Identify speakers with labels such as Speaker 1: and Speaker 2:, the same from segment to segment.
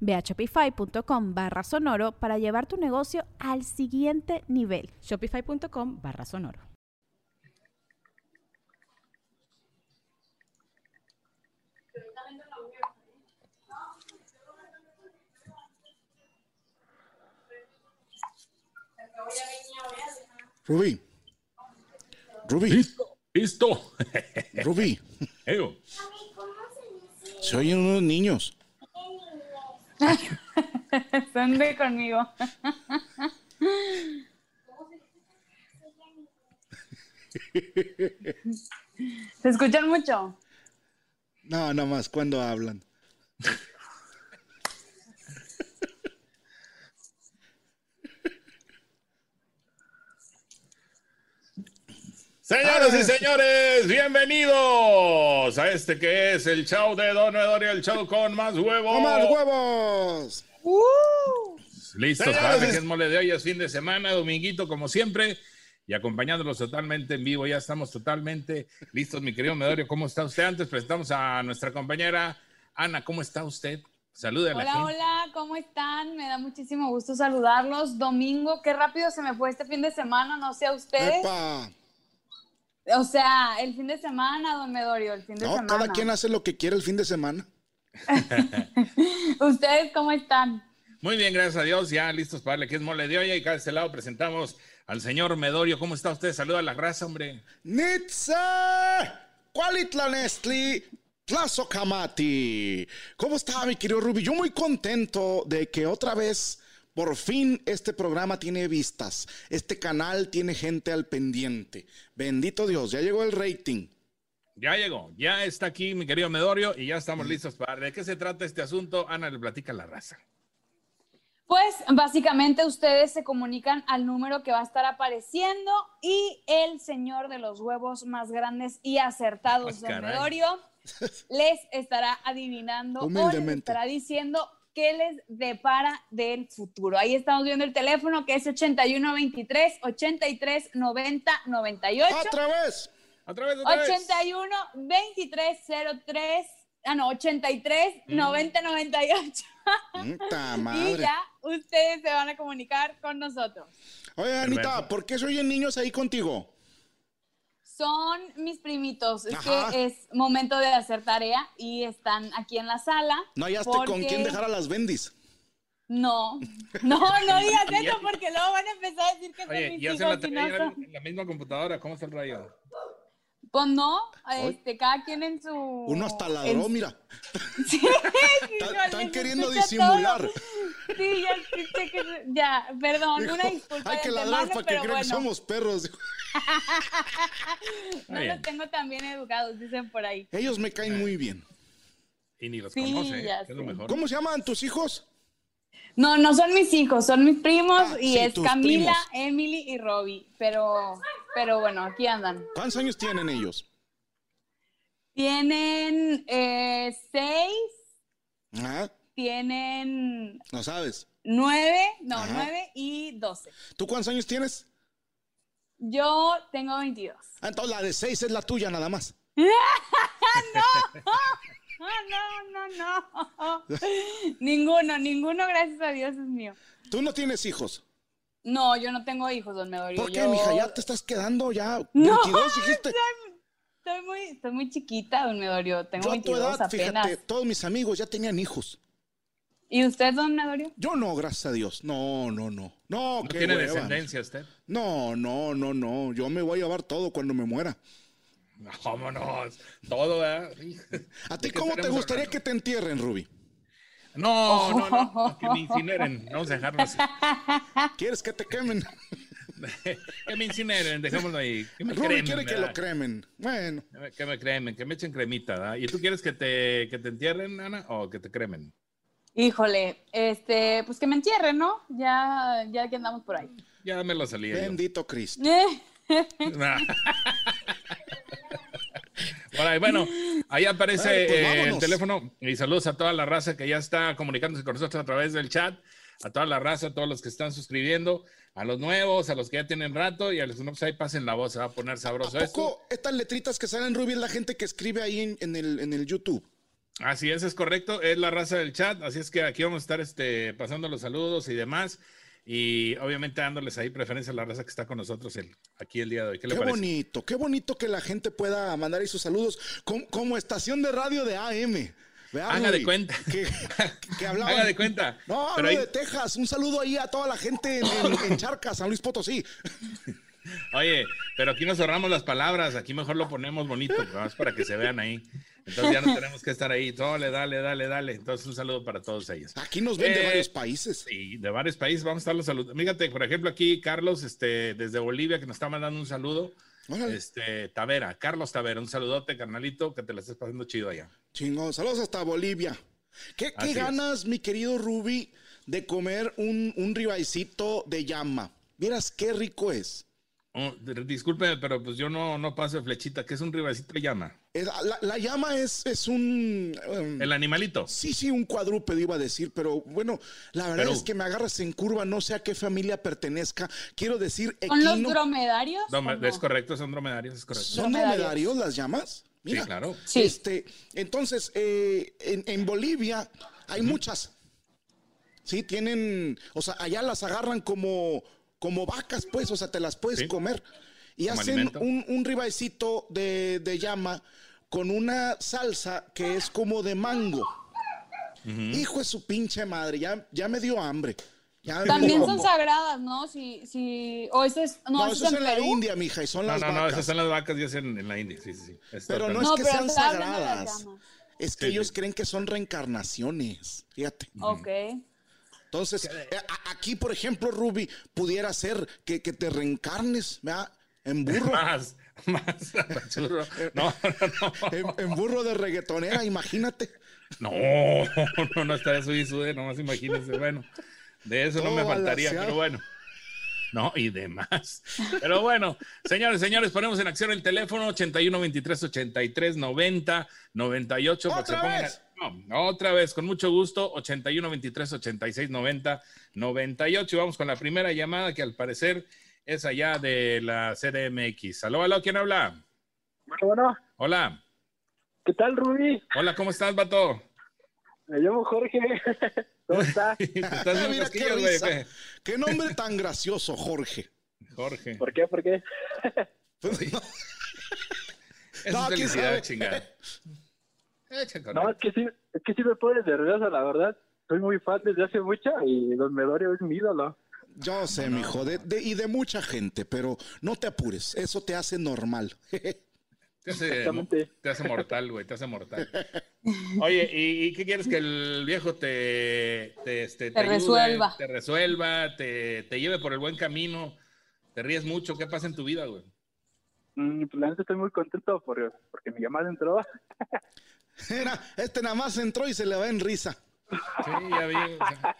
Speaker 1: Ve a shopify.com barra sonoro para llevar tu negocio al siguiente nivel.
Speaker 2: Shopify.com barra sonoro.
Speaker 3: Rubí. Rubí.
Speaker 4: Listo, listo.
Speaker 3: Rubí.
Speaker 4: Evo,
Speaker 3: Se oyen unos niños.
Speaker 5: Son de conmigo. ¿Se escuchan mucho?
Speaker 3: No, nada más cuando hablan. Ah.
Speaker 4: Señoras y señores, bienvenidos a este que es el show de Don Edor y el show con más huevos.
Speaker 3: ¡No más huevos!
Speaker 5: Uh.
Speaker 4: Listos
Speaker 3: Señoras
Speaker 4: para
Speaker 3: y-
Speaker 4: que mole de hoy es fin de semana, dominguito como siempre y acompañándolos totalmente en vivo. Ya estamos totalmente listos, mi querido Medorio. ¿Cómo está usted? Antes presentamos a nuestra compañera Ana. ¿Cómo está usted? Saluda a la
Speaker 5: Hola,
Speaker 4: gente.
Speaker 5: hola, ¿cómo están? Me da muchísimo gusto saludarlos. Domingo, qué rápido se me fue este fin de semana, no sé a ustedes.
Speaker 3: ¡Epa!
Speaker 5: O sea, el fin de semana, don Medorio, el fin de
Speaker 3: No,
Speaker 5: semana.
Speaker 3: cada quien hace lo que quiere el fin de semana.
Speaker 5: ¿Ustedes cómo están?
Speaker 4: Muy bien, gracias a Dios. Ya listos para el que es mole de hoy. Y acá de este lado presentamos al señor Medorio. ¿Cómo está usted? Saluda a la raza, hombre.
Speaker 3: ¡Nitza! Cualitlanestli Plazo Kamati. ¿Cómo está, mi querido Ruby? Yo muy contento de que otra vez, por fin, este programa tiene vistas. Este canal tiene gente al pendiente. Bendito Dios, ya llegó el rating.
Speaker 4: Ya llegó, ya está aquí mi querido Medorio y ya estamos listos para... ¿De qué se trata este asunto? Ana le platica a la raza.
Speaker 5: Pues básicamente ustedes se comunican al número que va a estar apareciendo y el señor de los huevos más grandes y acertados
Speaker 4: Ah,
Speaker 5: de
Speaker 4: caray.
Speaker 5: Medorio les estará adivinando o les
Speaker 3: Humildemente.
Speaker 5: estará diciendo qué les depara del futuro. Ahí estamos viendo el teléfono que es 81 23 83 90 98
Speaker 3: ¡Otra vez!
Speaker 4: Otra vez, otra vez.
Speaker 5: 81 23 03 ah no 83
Speaker 4: Mm.
Speaker 5: 90 98
Speaker 3: ¡Puta
Speaker 5: y
Speaker 3: madre!
Speaker 5: ya ustedes se van a comunicar con nosotros.
Speaker 3: Oye, Anita,
Speaker 4: Perfecto.
Speaker 3: ¿por qué se oyen niños ahí contigo?
Speaker 5: Son mis primitos, es
Speaker 3: Ajá.
Speaker 5: que es momento de hacer tarea y están aquí en la sala.
Speaker 3: No hallaste con
Speaker 5: porque-
Speaker 3: quién dejar a las bendis.
Speaker 5: No, no, no digas eso porque luego van a empezar a decir que son
Speaker 4: Oye,
Speaker 5: mis
Speaker 4: y hacen la
Speaker 5: hijos y no
Speaker 4: tarea
Speaker 5: son.
Speaker 4: en la misma computadora. ¿Cómo está el rayo?
Speaker 5: Pues no, este, cada quien en su...
Speaker 3: Uno hasta ladró,
Speaker 5: en-
Speaker 3: mira.
Speaker 5: Sí,
Speaker 3: Están-
Speaker 5: híjole,
Speaker 3: están
Speaker 5: se
Speaker 3: queriendo
Speaker 5: escucha
Speaker 3: disimular.
Speaker 5: todo. Sí, ya escuché que... Ya, perdón,
Speaker 3: Dijo,
Speaker 5: una disculpa
Speaker 3: Hay
Speaker 5: de
Speaker 3: que ladrar
Speaker 5: antemano,
Speaker 3: para que
Speaker 5: pero
Speaker 3: crean que
Speaker 5: bueno,
Speaker 3: somos perros. dijo.
Speaker 5: no
Speaker 4: bien.
Speaker 5: los tengo tan bien educados, dicen por ahí.
Speaker 3: Ellos me caen muy bien.
Speaker 4: Eh. Y ni los
Speaker 5: Sí,
Speaker 4: conoce, ¿eh?
Speaker 5: ya
Speaker 4: que es lo
Speaker 5: sé.
Speaker 4: mejor.
Speaker 3: ¿Cómo se llaman tus hijos?
Speaker 5: No, no son mis hijos, son mis primos
Speaker 3: Ah,
Speaker 5: y
Speaker 3: sí,
Speaker 5: es
Speaker 3: tus
Speaker 5: Camila,
Speaker 3: primos.
Speaker 5: Emily y Robbie. Pero, pero bueno, aquí andan.
Speaker 3: ¿Cuántos años tienen ellos?
Speaker 5: Tienen eh, seis,
Speaker 3: Ajá,
Speaker 5: tienen
Speaker 3: Ah, no sabes.
Speaker 5: nueve, no,
Speaker 3: Ajá.
Speaker 5: nueve y doce.
Speaker 3: ¿Tú cuántos años tienes?
Speaker 5: Yo tengo 22.
Speaker 3: Ah, entonces la de seis es la tuya nada más.
Speaker 5: Ah, no, no, no. ninguno, ninguno, gracias a Dios, es mío.
Speaker 3: Tú no tienes hijos.
Speaker 5: No, yo no tengo hijos, don Medorio.
Speaker 3: ¿Por qué,
Speaker 5: yo...
Speaker 3: mija? Ya te estás quedando ya.
Speaker 5: No,
Speaker 3: 22 dijiste.
Speaker 5: Estoy muy, estoy muy chiquita, don Medorio. Tengo
Speaker 3: Yo a tu
Speaker 5: 22
Speaker 3: edad,
Speaker 5: apenas.
Speaker 3: fíjate, todos mis amigos ya tenían hijos.
Speaker 5: ¿Y usted, don Medorio?
Speaker 3: Yo no, gracias a Dios. No, no, no. No,
Speaker 4: No
Speaker 3: qué
Speaker 4: tiene
Speaker 3: hueva.
Speaker 4: descendencia usted.
Speaker 3: No, no, no, no. Yo me voy a llevar todo cuando me muera.
Speaker 4: No, Vámonos. Todo, ¿verdad?
Speaker 3: ¿A ti
Speaker 4: ¿De qué
Speaker 3: cómo te
Speaker 4: estaremos
Speaker 3: gustaría
Speaker 4: hablando?
Speaker 3: que te entierren, Ruby?
Speaker 4: No, no, no. Que me incineren. Vamos a dejarlo así.
Speaker 3: ¿Quieres que te quemen?
Speaker 4: que me incineren. Dejémoslo ahí. Que me
Speaker 3: Ruby
Speaker 4: cremen,
Speaker 3: quiere que lo
Speaker 4: ¿verdad?
Speaker 3: cremen. Bueno,
Speaker 4: Que me cremen, que me echen cremita, ¿verdad? ¿Y tú quieres que te, que te entierren, Ana, o que te cremen?
Speaker 5: Híjole, este, pues que me entierren, ¿no? Ya, ya que andamos por ahí.
Speaker 4: Ya me lo salí. yo.
Speaker 3: bendito Cristo.
Speaker 5: Eh,
Speaker 4: Nah. Por ahí, bueno, ahí aparece
Speaker 3: Bueno, pues,
Speaker 4: eh, el
Speaker 3: vámonos.
Speaker 4: teléfono y saludos a toda la raza que ya está comunicándose con nosotros a través del chat, a toda la raza, a todos los que están suscribiendo, a los nuevos, a los que ya tienen rato y a los que no, pues ahí pasen la voz, se va a poner
Speaker 3: ¿A
Speaker 4: sabroso esto.
Speaker 3: poco estas letritas que salen, Ruby, es la gente que escribe ahí en, en el, en el YouTube?
Speaker 4: Así es, es correcto, es la raza del chat, así es que aquí vamos a estar este, pasando los saludos y demás y obviamente dándoles ahí preferencia a la raza que está con nosotros el, aquí el día de hoy. ¿Qué le
Speaker 3: Qué
Speaker 4: parece?
Speaker 3: bonito, qué bonito que la gente pueda mandar ahí sus saludos com- como estación de radio de AM. ¿verdad,
Speaker 4: Haga
Speaker 3: Ruby?
Speaker 4: de cuenta.
Speaker 3: Que, que hablaban-
Speaker 4: Haga de cuenta.
Speaker 3: No, eh.
Speaker 4: Pero
Speaker 3: hablo
Speaker 4: ahí-
Speaker 3: de Texas. Un saludo ahí a toda la gente en, en- en Charcas, San Luis Potosí.
Speaker 4: Oye, pero aquí nos ahorramos las palabras, aquí mejor lo ponemos bonito, pues, más para que se vean ahí. Entonces ya no tenemos que estar ahí. Dale, dale, dale, dale. Entonces un saludo para todos ellos.
Speaker 3: Aquí nos ven de
Speaker 4: Eh,
Speaker 3: varios países.
Speaker 4: Y de varios países vamos a estar los saludos. Fíjate, por ejemplo, aquí Carlos, este, desde Bolivia, que nos está mandando un saludo.
Speaker 3: Órale.
Speaker 4: Este, Tavera, Carlos Tavera, un saludote, carnalito, que te la estés pasando chido allá.
Speaker 3: Chingón, saludos hasta Bolivia. ¿Qué, qué
Speaker 4: Así es.
Speaker 3: ganas, mi querido Ruby, de comer un, un ribaicito de llama? Vieras qué rico es.
Speaker 4: Oh, d- disculpe, pero pues yo no, no paso de flechita, que es un ribacito de llama.
Speaker 3: Es- Eh, La, la llama es, es un... um,
Speaker 4: El animalito.
Speaker 3: sí, sí, un cuadrúpedo iba a decir, pero bueno, la verdad
Speaker 4: Pero-
Speaker 3: es que me agarras en curva, no sé a qué familia pertenezca. Quiero decir,
Speaker 5: ¿Son los
Speaker 3: equino.
Speaker 5: dromedarios? o
Speaker 4: Dome-
Speaker 5: no?
Speaker 4: Es correcto, son dromedarios, es correcto.
Speaker 3: ¿Son
Speaker 5: dromedarios.
Speaker 3: dromedarios las llamas? Mira,
Speaker 4: Sí, claro.
Speaker 5: Sí.
Speaker 3: Este, entonces, eh, en, en Bolivia hay muchas. Sí, tienen, o sea, allá las agarran como, como vacas, pues, o sea, te las puedes
Speaker 4: Sí.
Speaker 3: comer. Y
Speaker 4: Como
Speaker 3: hacen
Speaker 4: alimento.
Speaker 3: un, un ribaecito de, de llama con una salsa que es como de mango. Hijo de su pinche madre, ya, ya me dio hambre. Ya me
Speaker 5: También
Speaker 3: dio
Speaker 5: son
Speaker 3: hambre.
Speaker 5: sagradas, ¿no? Si, si, o eso es, no,
Speaker 3: No,
Speaker 5: eso
Speaker 3: eso es en la
Speaker 5: Perú.
Speaker 3: India, mija, y son
Speaker 4: No,
Speaker 3: las
Speaker 4: no, no,
Speaker 3: vacas.
Speaker 4: esas son las vacas y es en, en la India, sí, sí, sí. Es
Speaker 3: Pero no,
Speaker 4: totalmente-
Speaker 3: es
Speaker 5: No,
Speaker 3: que
Speaker 5: pero
Speaker 3: sean
Speaker 5: estaba hablando de las
Speaker 3: sagradas.
Speaker 5: llamas.
Speaker 3: Es que
Speaker 4: Sí,
Speaker 3: ellos
Speaker 4: sí. Oh,
Speaker 3: creen que son reencarnaciones. Fíjate.
Speaker 5: Ok.
Speaker 3: Entonces, eh, a- aquí, por ejemplo, Ruby, pudiera ser que, que te reencarnes, ¿verdad? En burro.
Speaker 4: Más, más churro. No,
Speaker 3: en, en burro de reggaetonera, imagínate.
Speaker 4: no, no, no, no está eso y sude, nomás imagínense, bueno, de eso no me
Speaker 3: Todo
Speaker 4: faltaría,
Speaker 3: balanceado.
Speaker 4: pero bueno. No, y demás. Pero bueno, señores, señores, ponemos en acción el teléfono 81 23 83 90 98 para que se
Speaker 3: ¿Otra
Speaker 4: pongan-
Speaker 3: vez?
Speaker 4: No, otra vez, con mucho gusto, 81 23 86 90 98. Y vamos con la primera llamada que al parecer es allá de la CDMX. Aló, aló, ¿quién habla?
Speaker 6: Bueno,
Speaker 4: Hola,
Speaker 6: ¿qué tal, Rubí?
Speaker 4: hola, ¿cómo estás, vato?
Speaker 6: Me llamo Jorge. ¿Cómo estás?
Speaker 4: Te estás dando
Speaker 3: Ah, Mira qué
Speaker 4: cosquillas, güey,
Speaker 3: risa.
Speaker 4: güey.
Speaker 3: Qué nombre tan gracioso, Jorge. Pues,
Speaker 4: Jorge.
Speaker 6: ¿Por qué? ¿Por qué?
Speaker 4: Esa es
Speaker 3: No, ¿quién
Speaker 4: felicidad,
Speaker 3: sabe?
Speaker 4: chingada. Echa con
Speaker 6: No,
Speaker 4: él.
Speaker 6: es que sí, es que sí me pones nerviosa, la verdad. Soy muy fan desde hace mucho y Don Medorio es mi ídolo.
Speaker 3: Yo sé, mijo, de- de- y de mucha gente, pero no te apures, eso te hace normal.
Speaker 4: Te hace,
Speaker 6: Exactamente.
Speaker 4: te hace mortal, güey, te hace mortal. Oye, ¿y, y qué quieres que el viejo te, te, este,
Speaker 5: Te resuelva.
Speaker 4: Te resuelva, te, te lleve por el buen camino, te ríes mucho, ¿qué pasa en tu vida, güey?
Speaker 6: Mm, pues, la neta estoy muy contento por, porque mi llamada entró.
Speaker 3: Mira, este nada más entró y se le va en risa.
Speaker 4: Sí, ya vi. o sea.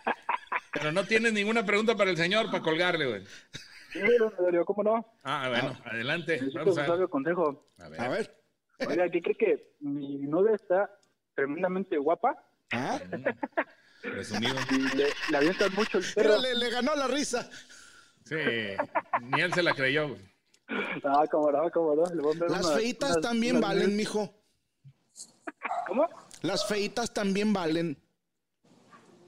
Speaker 4: pero no tienes ninguna pregunta para el señor para colgarle, güey.
Speaker 6: Sí, Don Medorio, ¿cómo no?
Speaker 4: Ah, bueno, adelante.
Speaker 6: Necesito
Speaker 4: Vamos
Speaker 6: un
Speaker 4: a,
Speaker 6: sabio consejo.
Speaker 4: a
Speaker 3: A
Speaker 4: ver.
Speaker 3: ver.
Speaker 6: Oiga, ¿qué cree que mi novia está tremendamente guapa?
Speaker 3: Ah,
Speaker 4: Resumido.
Speaker 6: Y le, le avientan mucho el
Speaker 3: mira,
Speaker 6: perro.
Speaker 3: le, le ganó la risa.
Speaker 4: Sí, ni él se la creyó, güey.
Speaker 6: Ah, cómo no, cómo no. Le voy a enviar
Speaker 3: Las
Speaker 6: unas-
Speaker 3: feitas
Speaker 6: unas-
Speaker 3: también
Speaker 6: unas-
Speaker 3: valen, mijo.
Speaker 6: ¿Cómo?
Speaker 3: Las feitas también valen.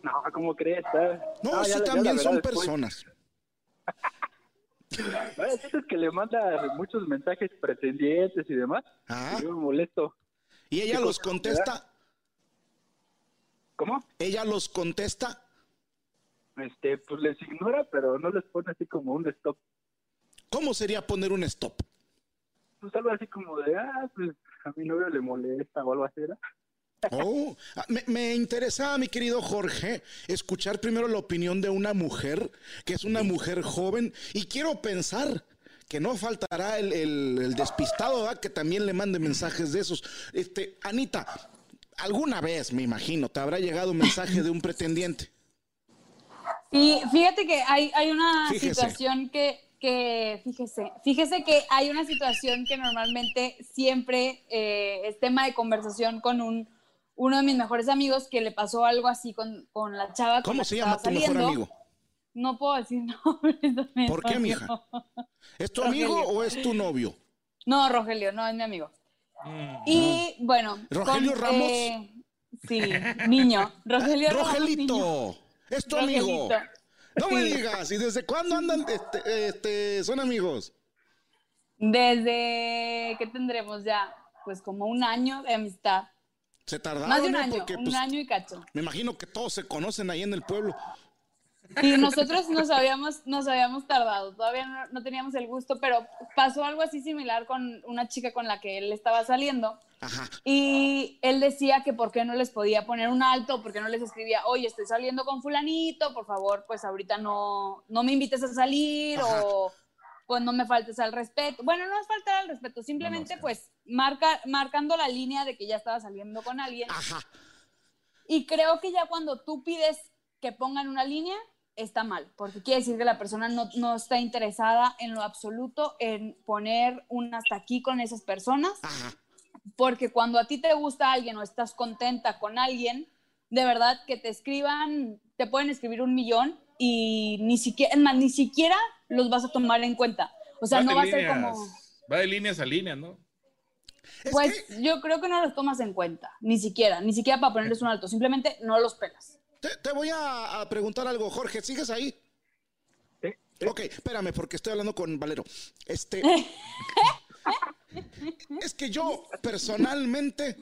Speaker 6: No, ¿cómo crees? Ah,
Speaker 3: No,
Speaker 6: ya la-
Speaker 3: sí,
Speaker 6: ya la
Speaker 3: también
Speaker 6: verá
Speaker 3: son
Speaker 6: después.
Speaker 3: personas.
Speaker 6: Vaya, dices que le manda muchos mensajes pretendientes y demás.
Speaker 3: Ah.
Speaker 6: y Yo me molesto.
Speaker 3: Y ella
Speaker 6: ¿Qué
Speaker 3: los
Speaker 6: cosa,
Speaker 3: contesta.
Speaker 6: ¿Cómo?
Speaker 3: Ella los contesta.
Speaker 6: Este, pues les ignora, pero no les pone así como un stop.
Speaker 3: ¿Cómo sería poner un stop?
Speaker 6: Pues algo así como de, ah, pues a mi novio le molesta o algo así, ¿verdad?
Speaker 3: Oh, ah, me, me interesa, mi querido Jorge, escuchar primero la opinión de una mujer, que es una mujer joven, y quiero pensar que no faltará el, el- el despistado ¿verdad? que también le mande mensajes de esos. Este, Anita, alguna vez, me imagino, te habrá llegado un mensaje de un pretendiente.
Speaker 5: Y fíjate que hay, hay una
Speaker 3: Fíjese.
Speaker 5: situación que, que, fíjese, fíjese que hay una situación que normalmente siempre eh, es tema de conversación con un, uno de mis mejores amigos que le pasó algo así con, con la chava. con la
Speaker 3: ¿Cómo
Speaker 5: que
Speaker 3: se llama tu
Speaker 5: estaba
Speaker 3: mejor
Speaker 5: saliendo.
Speaker 3: amigo?
Speaker 5: No puedo decir nombres. también,
Speaker 3: ¿Por qué,
Speaker 5: Rogelio.
Speaker 3: mija? ¿Es tu amigo
Speaker 5: Rogelio.
Speaker 3: o es tu novio?
Speaker 5: No, Rogelio, no, es mi amigo. Y bueno.
Speaker 3: ¿Rogelio
Speaker 5: con,
Speaker 3: Ramos?
Speaker 5: eh, sí, niño. Rogelio Ramos, niño.
Speaker 3: Rogelito, es tu amigo.
Speaker 5: Rogelito.
Speaker 3: No me
Speaker 5: Sí.
Speaker 3: digas, ¿y desde cuándo andan, este, este, son amigos?
Speaker 5: Desde que tendremos ya, pues como un año de amistad.
Speaker 3: Se tardaron,
Speaker 5: Más de un
Speaker 3: ¿no?
Speaker 5: año,
Speaker 3: Porque,
Speaker 5: un
Speaker 3: pues,
Speaker 5: año y cacho.
Speaker 3: Me imagino que todos se conocen ahí en el pueblo.
Speaker 5: Y nosotros nos habíamos, nos habíamos tardado, todavía no, no teníamos el gusto, pero pasó algo así similar con una chica con la que él estaba saliendo.
Speaker 3: Ajá.
Speaker 5: Y él decía que por qué no les podía poner un alto, por qué no les escribía, oye, estoy saliendo con fulanito, por favor, pues ahorita no, no me invites a salir
Speaker 3: Ajá.
Speaker 5: o pues no me faltes al respeto. Bueno, no es faltar al respeto, simplemente pues marca, marcando la línea de que ya estaba saliendo con alguien.
Speaker 3: Ajá.
Speaker 5: Y creo que ya cuando tú pides que pongan una línea, está mal, porque quiere decir que la persona no, no está interesada en lo absoluto en poner un hasta aquí con esas personas
Speaker 3: Ajá.
Speaker 5: porque cuando a ti te gusta alguien o estás contenta con alguien, de verdad que te escriban, te pueden escribir un millón y ni siquiera, es más, ni siquiera los vas a tomar en cuenta. O sea, no va a ser como,
Speaker 4: Va de líneas a líneas, ¿no?
Speaker 3: Es
Speaker 5: pues
Speaker 3: que
Speaker 5: yo creo que no los tomas en cuenta, ni siquiera, ni siquiera para ponerles un alto, simplemente no los pelas.
Speaker 3: te, te voy a, a preguntar algo, Jorge. ¿Sigues ahí?
Speaker 6: Sí,
Speaker 3: Ok, espérame, porque estoy hablando con Valero. Este. es que yo personalmente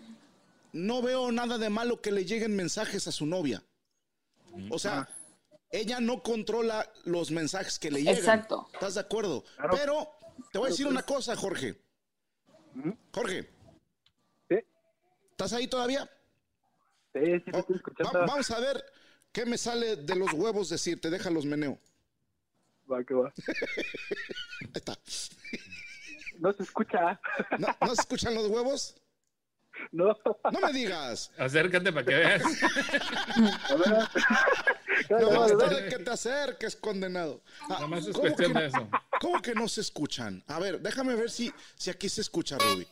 Speaker 3: no veo nada de malo que le lleguen mensajes a su novia. O sea, ella no controla los mensajes que le llegan.
Speaker 5: Exacto.
Speaker 3: ¿Estás de acuerdo?
Speaker 6: Claro. pues
Speaker 3: Pero te voy a decir una cosa, Jorge. Jorge,
Speaker 6: Sí,
Speaker 3: ¿estás ahí todavía?
Speaker 6: sí, sí, te
Speaker 3: Oh,
Speaker 6: estoy escuchando.
Speaker 3: va- vamos a ver qué me sale de los huevos decirte. Déjalos meneo.
Speaker 6: Va, que va.
Speaker 3: Ahí está.
Speaker 6: No se escucha.
Speaker 3: ¿No, no se escuchan los huevos?
Speaker 6: No, a
Speaker 3: No me digas.
Speaker 4: Acércate para que veas.
Speaker 6: ver.
Speaker 3: No
Speaker 6: No,
Speaker 3: más
Speaker 6: no, no.
Speaker 3: tarde que te acerques, condenado. Ah,
Speaker 4: Nomás es
Speaker 3: ¿cómo
Speaker 4: cuestión
Speaker 3: que-
Speaker 4: de eso.
Speaker 3: ¿Cómo que no se escuchan? A ver, déjame ver si, si aquí se escucha, Ruby.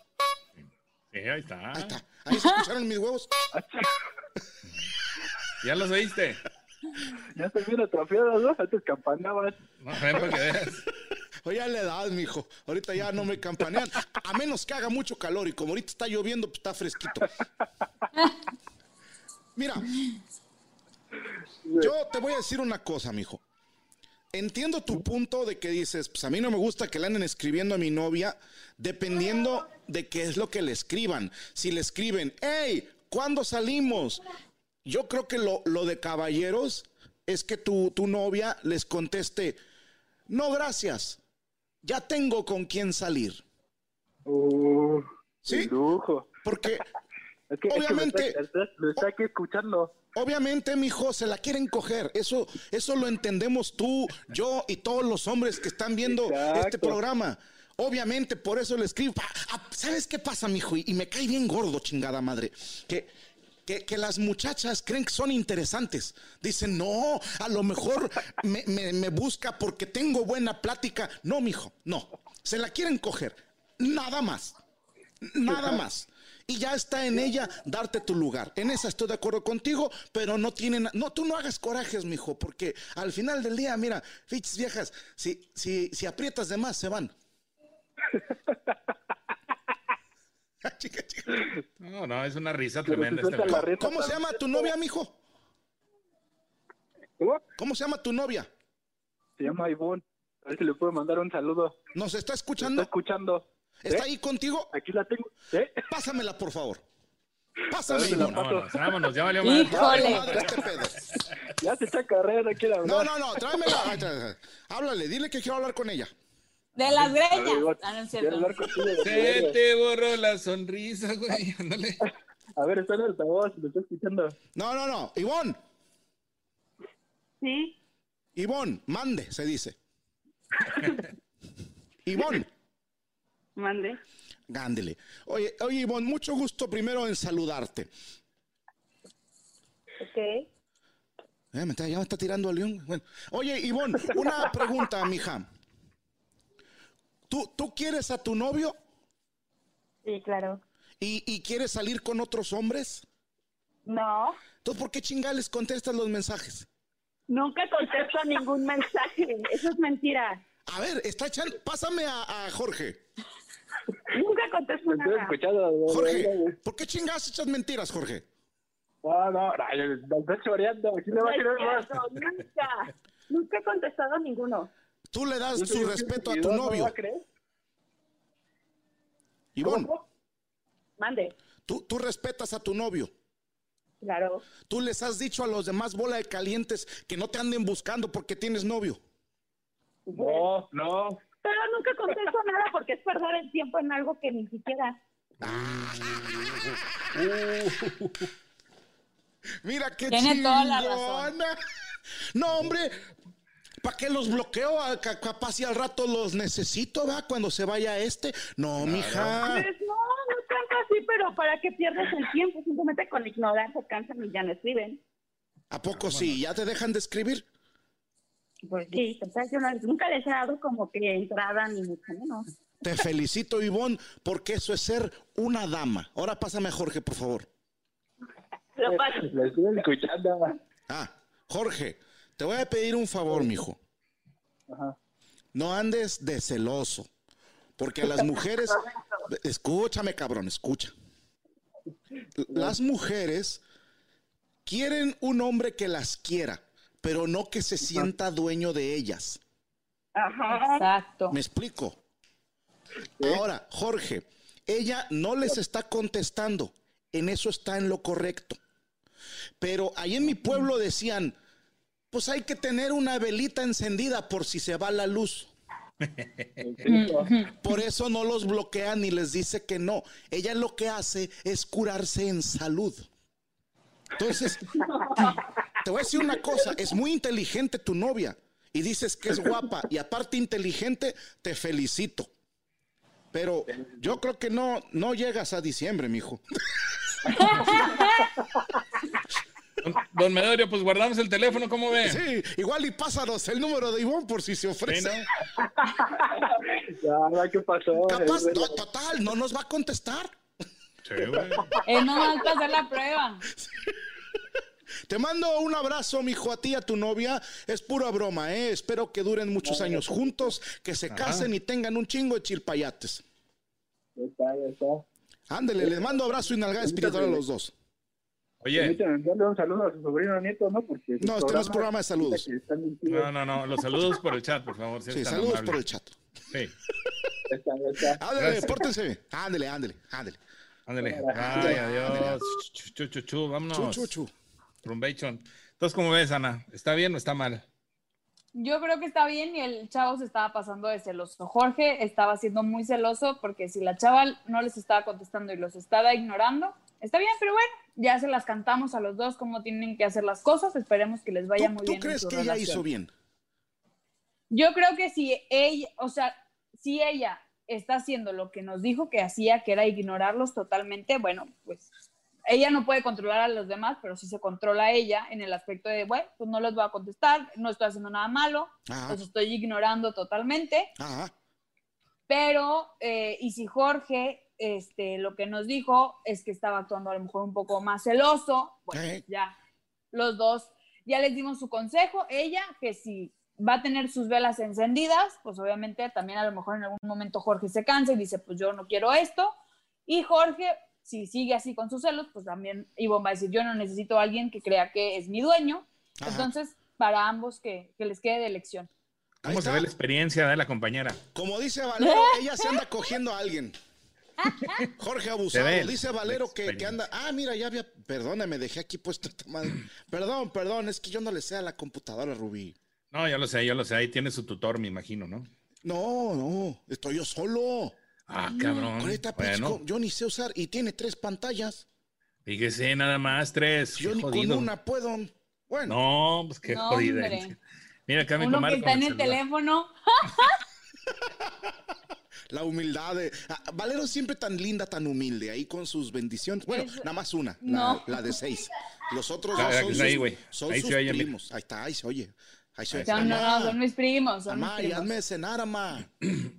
Speaker 4: Sí, ahí está.
Speaker 3: Ahí está. Ahí se escucharon mis huevos.
Speaker 6: Ah,
Speaker 4: ¿Ya los oíste?
Speaker 6: Ya se viene atrofiado, ¿no? Antes campanaban.
Speaker 4: No, ven para que veas.
Speaker 3: Oye, ya la edad, mijo. Ahorita ya no me campanean. A menos que haga mucho calor y como ahorita está lloviendo, pues está fresquito. Mira, yo te voy a decir una cosa, mijo. Entiendo tu punto de que dices, pues a mí no me gusta que le anden escribiendo a mi novia, dependiendo de qué es lo que le escriban. Si le escriben, hey, ¿cuándo salimos? Yo creo que lo, lo de caballeros es que tu, tu novia les conteste, no, gracias. Ya tengo con quién salir.
Speaker 6: Uh,
Speaker 3: ¿Sí?
Speaker 6: de lujo.
Speaker 3: Porque
Speaker 6: Es que, es que me
Speaker 3: Obviamente.
Speaker 6: está- me está aquí escuchando.
Speaker 3: obviamente, mijo, se la quieren coger. Eso, eso lo entendemos tú, yo y todos los hombres que están viendo
Speaker 6: Exacto.
Speaker 3: este programa. Obviamente, por eso le escribo. Ah, ah, ¿Sabes qué pasa, mijo? Y, y me cae bien gordo, chingada madre. Que, que, que las muchachas creen que son interesantes. Dicen, no, a lo mejor me, me- me busca porque tengo buena plática. No, mijo, no. Se la quieren coger. Nada más. Nada más. Y ya está en ella darte tu lugar. En esa estoy de acuerdo contigo, pero no tienen. No, tú no hagas corajes, mijo, porque al final del día, mira, fichas viejas, si, si, si aprietas de más, se van. Chica, chica.
Speaker 4: No, no, es una risa
Speaker 6: Pero si
Speaker 4: tremenda este
Speaker 6: suelta la
Speaker 4: güey.
Speaker 6: reta,
Speaker 3: ¿Cómo se
Speaker 6: tal-
Speaker 3: llama tu novia, mijo?
Speaker 6: ¿Cómo?
Speaker 3: ¿Cómo se llama tu novia?
Speaker 6: Se llama Ivonne. A ver si le puedo mandar un saludo.
Speaker 3: ¿Nos está
Speaker 6: Me Está
Speaker 3: escuchando?
Speaker 6: escuchando.
Speaker 3: ¿Está
Speaker 6: ¿Eh?
Speaker 3: ahí contigo?
Speaker 6: Aquí la tengo. ¿Eh?
Speaker 3: Pásamela, por favor. Pásame
Speaker 6: A ver,
Speaker 3: limón.
Speaker 4: Vámonos, vámonos, ya valió madre.
Speaker 5: Híjole.
Speaker 3: Madre, este pedo.
Speaker 6: Ya te echa carrera, quiere
Speaker 3: No,
Speaker 6: hablar.
Speaker 3: no, no, tráemela. Ay, tra- tra- Háblale, dile que quiero hablar con ella.
Speaker 5: De las
Speaker 6: Amigo,
Speaker 5: greñas. Ah, no es
Speaker 6: quiere
Speaker 5: cierto.
Speaker 6: hablar contigo de
Speaker 4: Se
Speaker 6: Miguel.
Speaker 4: te borró la sonrisa, güey. Ándale.
Speaker 6: A ver, está en el altavoz, lo estoy escuchando.
Speaker 3: No, no, no. Ivón,
Speaker 7: Sí,
Speaker 3: Ivón, mande, se dice. Ivón,
Speaker 7: mande.
Speaker 3: gándele. Oye, oye, Ivón, mucho gusto primero en saludarte.
Speaker 7: Ok.
Speaker 3: Eh, me está- ya me está tirando al león. Bueno. Oye, Ivón, una pregunta, mija. ¿Tú, ¿Tú quieres a tu novio
Speaker 7: Sí, claro.
Speaker 3: y, y quieres salir con otros hombres?
Speaker 7: No,
Speaker 3: Entonces, ¿por qué chingales contestas los mensajes?
Speaker 7: nunca contesto ningún mensaje. Eso es mentira.
Speaker 3: A ver, está echando. Pásame a, a Jorge.
Speaker 7: Nunca contesto
Speaker 6: Lo estoy
Speaker 7: nada.
Speaker 6: escuchando. de verdad.
Speaker 3: Jorge, ¿por qué chingas echas mentiras, Jorge?
Speaker 6: No, no, ay, me está choreando. ¿Quién le va a querer
Speaker 7: No
Speaker 6: más?
Speaker 7: es cierto, nunca. Nunca he contestado ninguno.
Speaker 3: Tú le das
Speaker 6: Yo soy
Speaker 3: su
Speaker 6: un
Speaker 3: respeto a tu
Speaker 6: servidor, ¿no
Speaker 3: novio.
Speaker 6: va a creer?
Speaker 3: Ivón,
Speaker 7: ¿Cómo? Mande.
Speaker 3: tú, tú respetas a tu novio.
Speaker 7: Claro.
Speaker 3: Tú les has dicho a los demás bola de calientes que no te anden buscando porque tienes novio.
Speaker 6: No, no.
Speaker 7: Pero nunca contesto nada porque es perder el tiempo en algo que ni siquiera.
Speaker 3: Mira qué
Speaker 5: Tiene toda la razón.
Speaker 3: chingona. No, hombre, ¿para qué los bloqueo? A- ca- Capaz y al rato los necesito, ¿verdad? Cuando se vaya este. No, mija.
Speaker 7: Pues no, no tanto así, pero para que pierdas el tiempo, simplemente con ignorar se cansan y ya no escriben.
Speaker 3: ¿A poco sí? ¿Ya te dejan de escribir?
Speaker 7: Pues sí, o sea, yo no- nunca les he dado como que entrada ni mucho menos.
Speaker 3: Te felicito, Ivonne, porque eso es ser una dama. Ahora pásame a Jorge, por favor.
Speaker 7: Lo paso.
Speaker 6: Lo estoy escuchando.
Speaker 3: Ah, Jorge, te voy a pedir un favor, mijo.
Speaker 6: Ajá.
Speaker 3: No andes de celoso. Porque a las mujeres. Escúchame, cabrón, escucha. Las mujeres quieren un hombre que las quiera, pero no que se sienta dueño de ellas.
Speaker 7: Ajá.
Speaker 5: Exacto.
Speaker 3: ¿Me explico? Ahora, Jorge, ella no les está contestando. En eso está en lo correcto. Pero ahí en mi pueblo decían, pues hay que tener una velita encendida por si se va la luz. Por eso no los bloquea ni les dice que no. Ella lo que hace es curarse en salud. Entonces, te voy a decir una cosa, es muy inteligente tu novia y dices que es guapa y aparte inteligente, te felicito. Pero yo creo que no, no llegas a diciembre, mijo.
Speaker 4: Don, don Medorio, pues guardamos el teléfono, ¿cómo ve?
Speaker 3: Sí, igual y pásanos el número de Ivonne por si se ofrece.
Speaker 4: Sí,
Speaker 6: Ya, ya, ¿qué pasó?
Speaker 3: Capaz,
Speaker 6: Eh,
Speaker 3: no, total, no nos va a contestar.
Speaker 4: Sí, güey.
Speaker 5: Es nomás para hacer la prueba.
Speaker 3: Te mando un abrazo, mijo, a ti, a tu novia. Es pura broma, ¿eh? Espero que duren muchos años juntos, que se casen y tengan un chingo de chilpayates.
Speaker 6: Ya está, ya está.
Speaker 3: Ándele, les mando abrazo y nalgada espiritual a los dos.
Speaker 4: Oye,
Speaker 6: Permítame enviarle un saludo a su sobrino nieto, ¿no? Porque
Speaker 3: No, este no es programa de saludos.
Speaker 6: que están bien chidos.
Speaker 4: no, no, no, los saludos por el chat, por favor. si
Speaker 3: Sí,
Speaker 4: eres tan
Speaker 3: saludos
Speaker 4: amable.
Speaker 3: por el chat.
Speaker 4: Sí,
Speaker 6: Ya está, ya está.
Speaker 3: Ándale,
Speaker 4: Gracias.
Speaker 3: pórtense bien. Ándele, ándele, ándele.
Speaker 4: ándale. Ay, adiós. Chu, chu, chu, chu,
Speaker 3: Chu,
Speaker 4: vámonos.
Speaker 3: chu, chu.
Speaker 4: Rumbation. Entonces, ¿cómo ves, Ana? ¿Está bien o está mal?
Speaker 5: Yo creo que está bien y el chavo se estaba pasando de celoso. Jorge estaba siendo muy celoso porque si la chava no les estaba contestando y los estaba ignorando, está bien, pero bueno, ya se las cantamos a los dos cómo tienen que hacer las cosas. Esperemos que les vaya
Speaker 3: ¿Tú,
Speaker 5: muy
Speaker 3: tú
Speaker 5: bien. en
Speaker 3: crees
Speaker 5: su
Speaker 3: que ella
Speaker 5: relación.
Speaker 3: hizo bien?
Speaker 5: Yo creo que si ella, o sea, si ella está haciendo lo que nos dijo que hacía, que era ignorarlos totalmente, bueno, pues ella no puede controlar a los demás, pero sí se controla a ella en el aspecto de, bueno, pues no les voy a contestar, no estoy haciendo nada malo,
Speaker 3: Ajá,
Speaker 5: los estoy ignorando totalmente,
Speaker 3: ajá.
Speaker 5: pero, eh, y si Jorge, este, lo que nos dijo es que estaba actuando a lo mejor un poco más celoso, bueno,
Speaker 3: Eh.
Speaker 5: ya, los dos, ya les dimos su consejo, ella, que si va a tener sus velas encendidas, pues obviamente también a lo mejor en algún momento Jorge se cansa y dice, pues yo no quiero esto, y Jorge, si sigue así con sus celos, pues también Ivonne va a decir, yo no necesito a alguien que crea que es mi dueño,
Speaker 3: Ajá.
Speaker 5: entonces, para ambos que, que les quede de elección.
Speaker 3: Ahí
Speaker 4: ¿Cómo se
Speaker 3: está.
Speaker 4: ve la experiencia de la compañera?
Speaker 3: Como dice Valero, ella se anda cogiendo a alguien. Jorge
Speaker 4: Se
Speaker 3: Abusado,
Speaker 4: ve.
Speaker 3: dice Valero que, que
Speaker 4: Experiencia.
Speaker 3: anda. Ah, mira, ya había. Perdóname, dejé aquí puesto esta madre. Perdón, perdón, es que yo no le sé a la computadora, Rubí.
Speaker 4: No, ya lo sé, ya lo sé. Ahí tiene su tutor, me imagino, ¿no?
Speaker 3: No, no, estoy yo solo.
Speaker 4: Ah, cabrón.
Speaker 3: Ahorita, pinche
Speaker 4: bueno,
Speaker 3: com- yo ni sé usar y tiene tres pantallas.
Speaker 4: fíjese nada más, tres.
Speaker 3: Yo
Speaker 4: Qué
Speaker 3: ni
Speaker 4: jodido.
Speaker 3: con una puedo. Bueno,
Speaker 4: No, pues qué
Speaker 5: No,
Speaker 4: jodida.
Speaker 5: hombre.
Speaker 4: Mira acá mi
Speaker 5: Uno
Speaker 4: comadre
Speaker 5: que está
Speaker 4: con
Speaker 5: en
Speaker 4: el
Speaker 5: el
Speaker 4: celular.
Speaker 5: teléfono.
Speaker 3: la humildad de. ah, Valero siempre tan linda, tan humilde, ahí con sus bendiciones. Bueno,
Speaker 5: Es-
Speaker 3: nada más una,
Speaker 5: No.
Speaker 3: la, la de seis. Los otros
Speaker 4: Ah,
Speaker 3: dos son
Speaker 4: es
Speaker 3: sus,
Speaker 4: ahí, güey.
Speaker 3: son
Speaker 4: Ahí
Speaker 3: sus
Speaker 4: se oye, mira.
Speaker 3: primos. Ahí está, ahí se oye. Ahí se oye.
Speaker 5: No, no, no, son mis primos. Son mis
Speaker 3: Amá, y
Speaker 5: primos.
Speaker 3: hazme cenar, amá.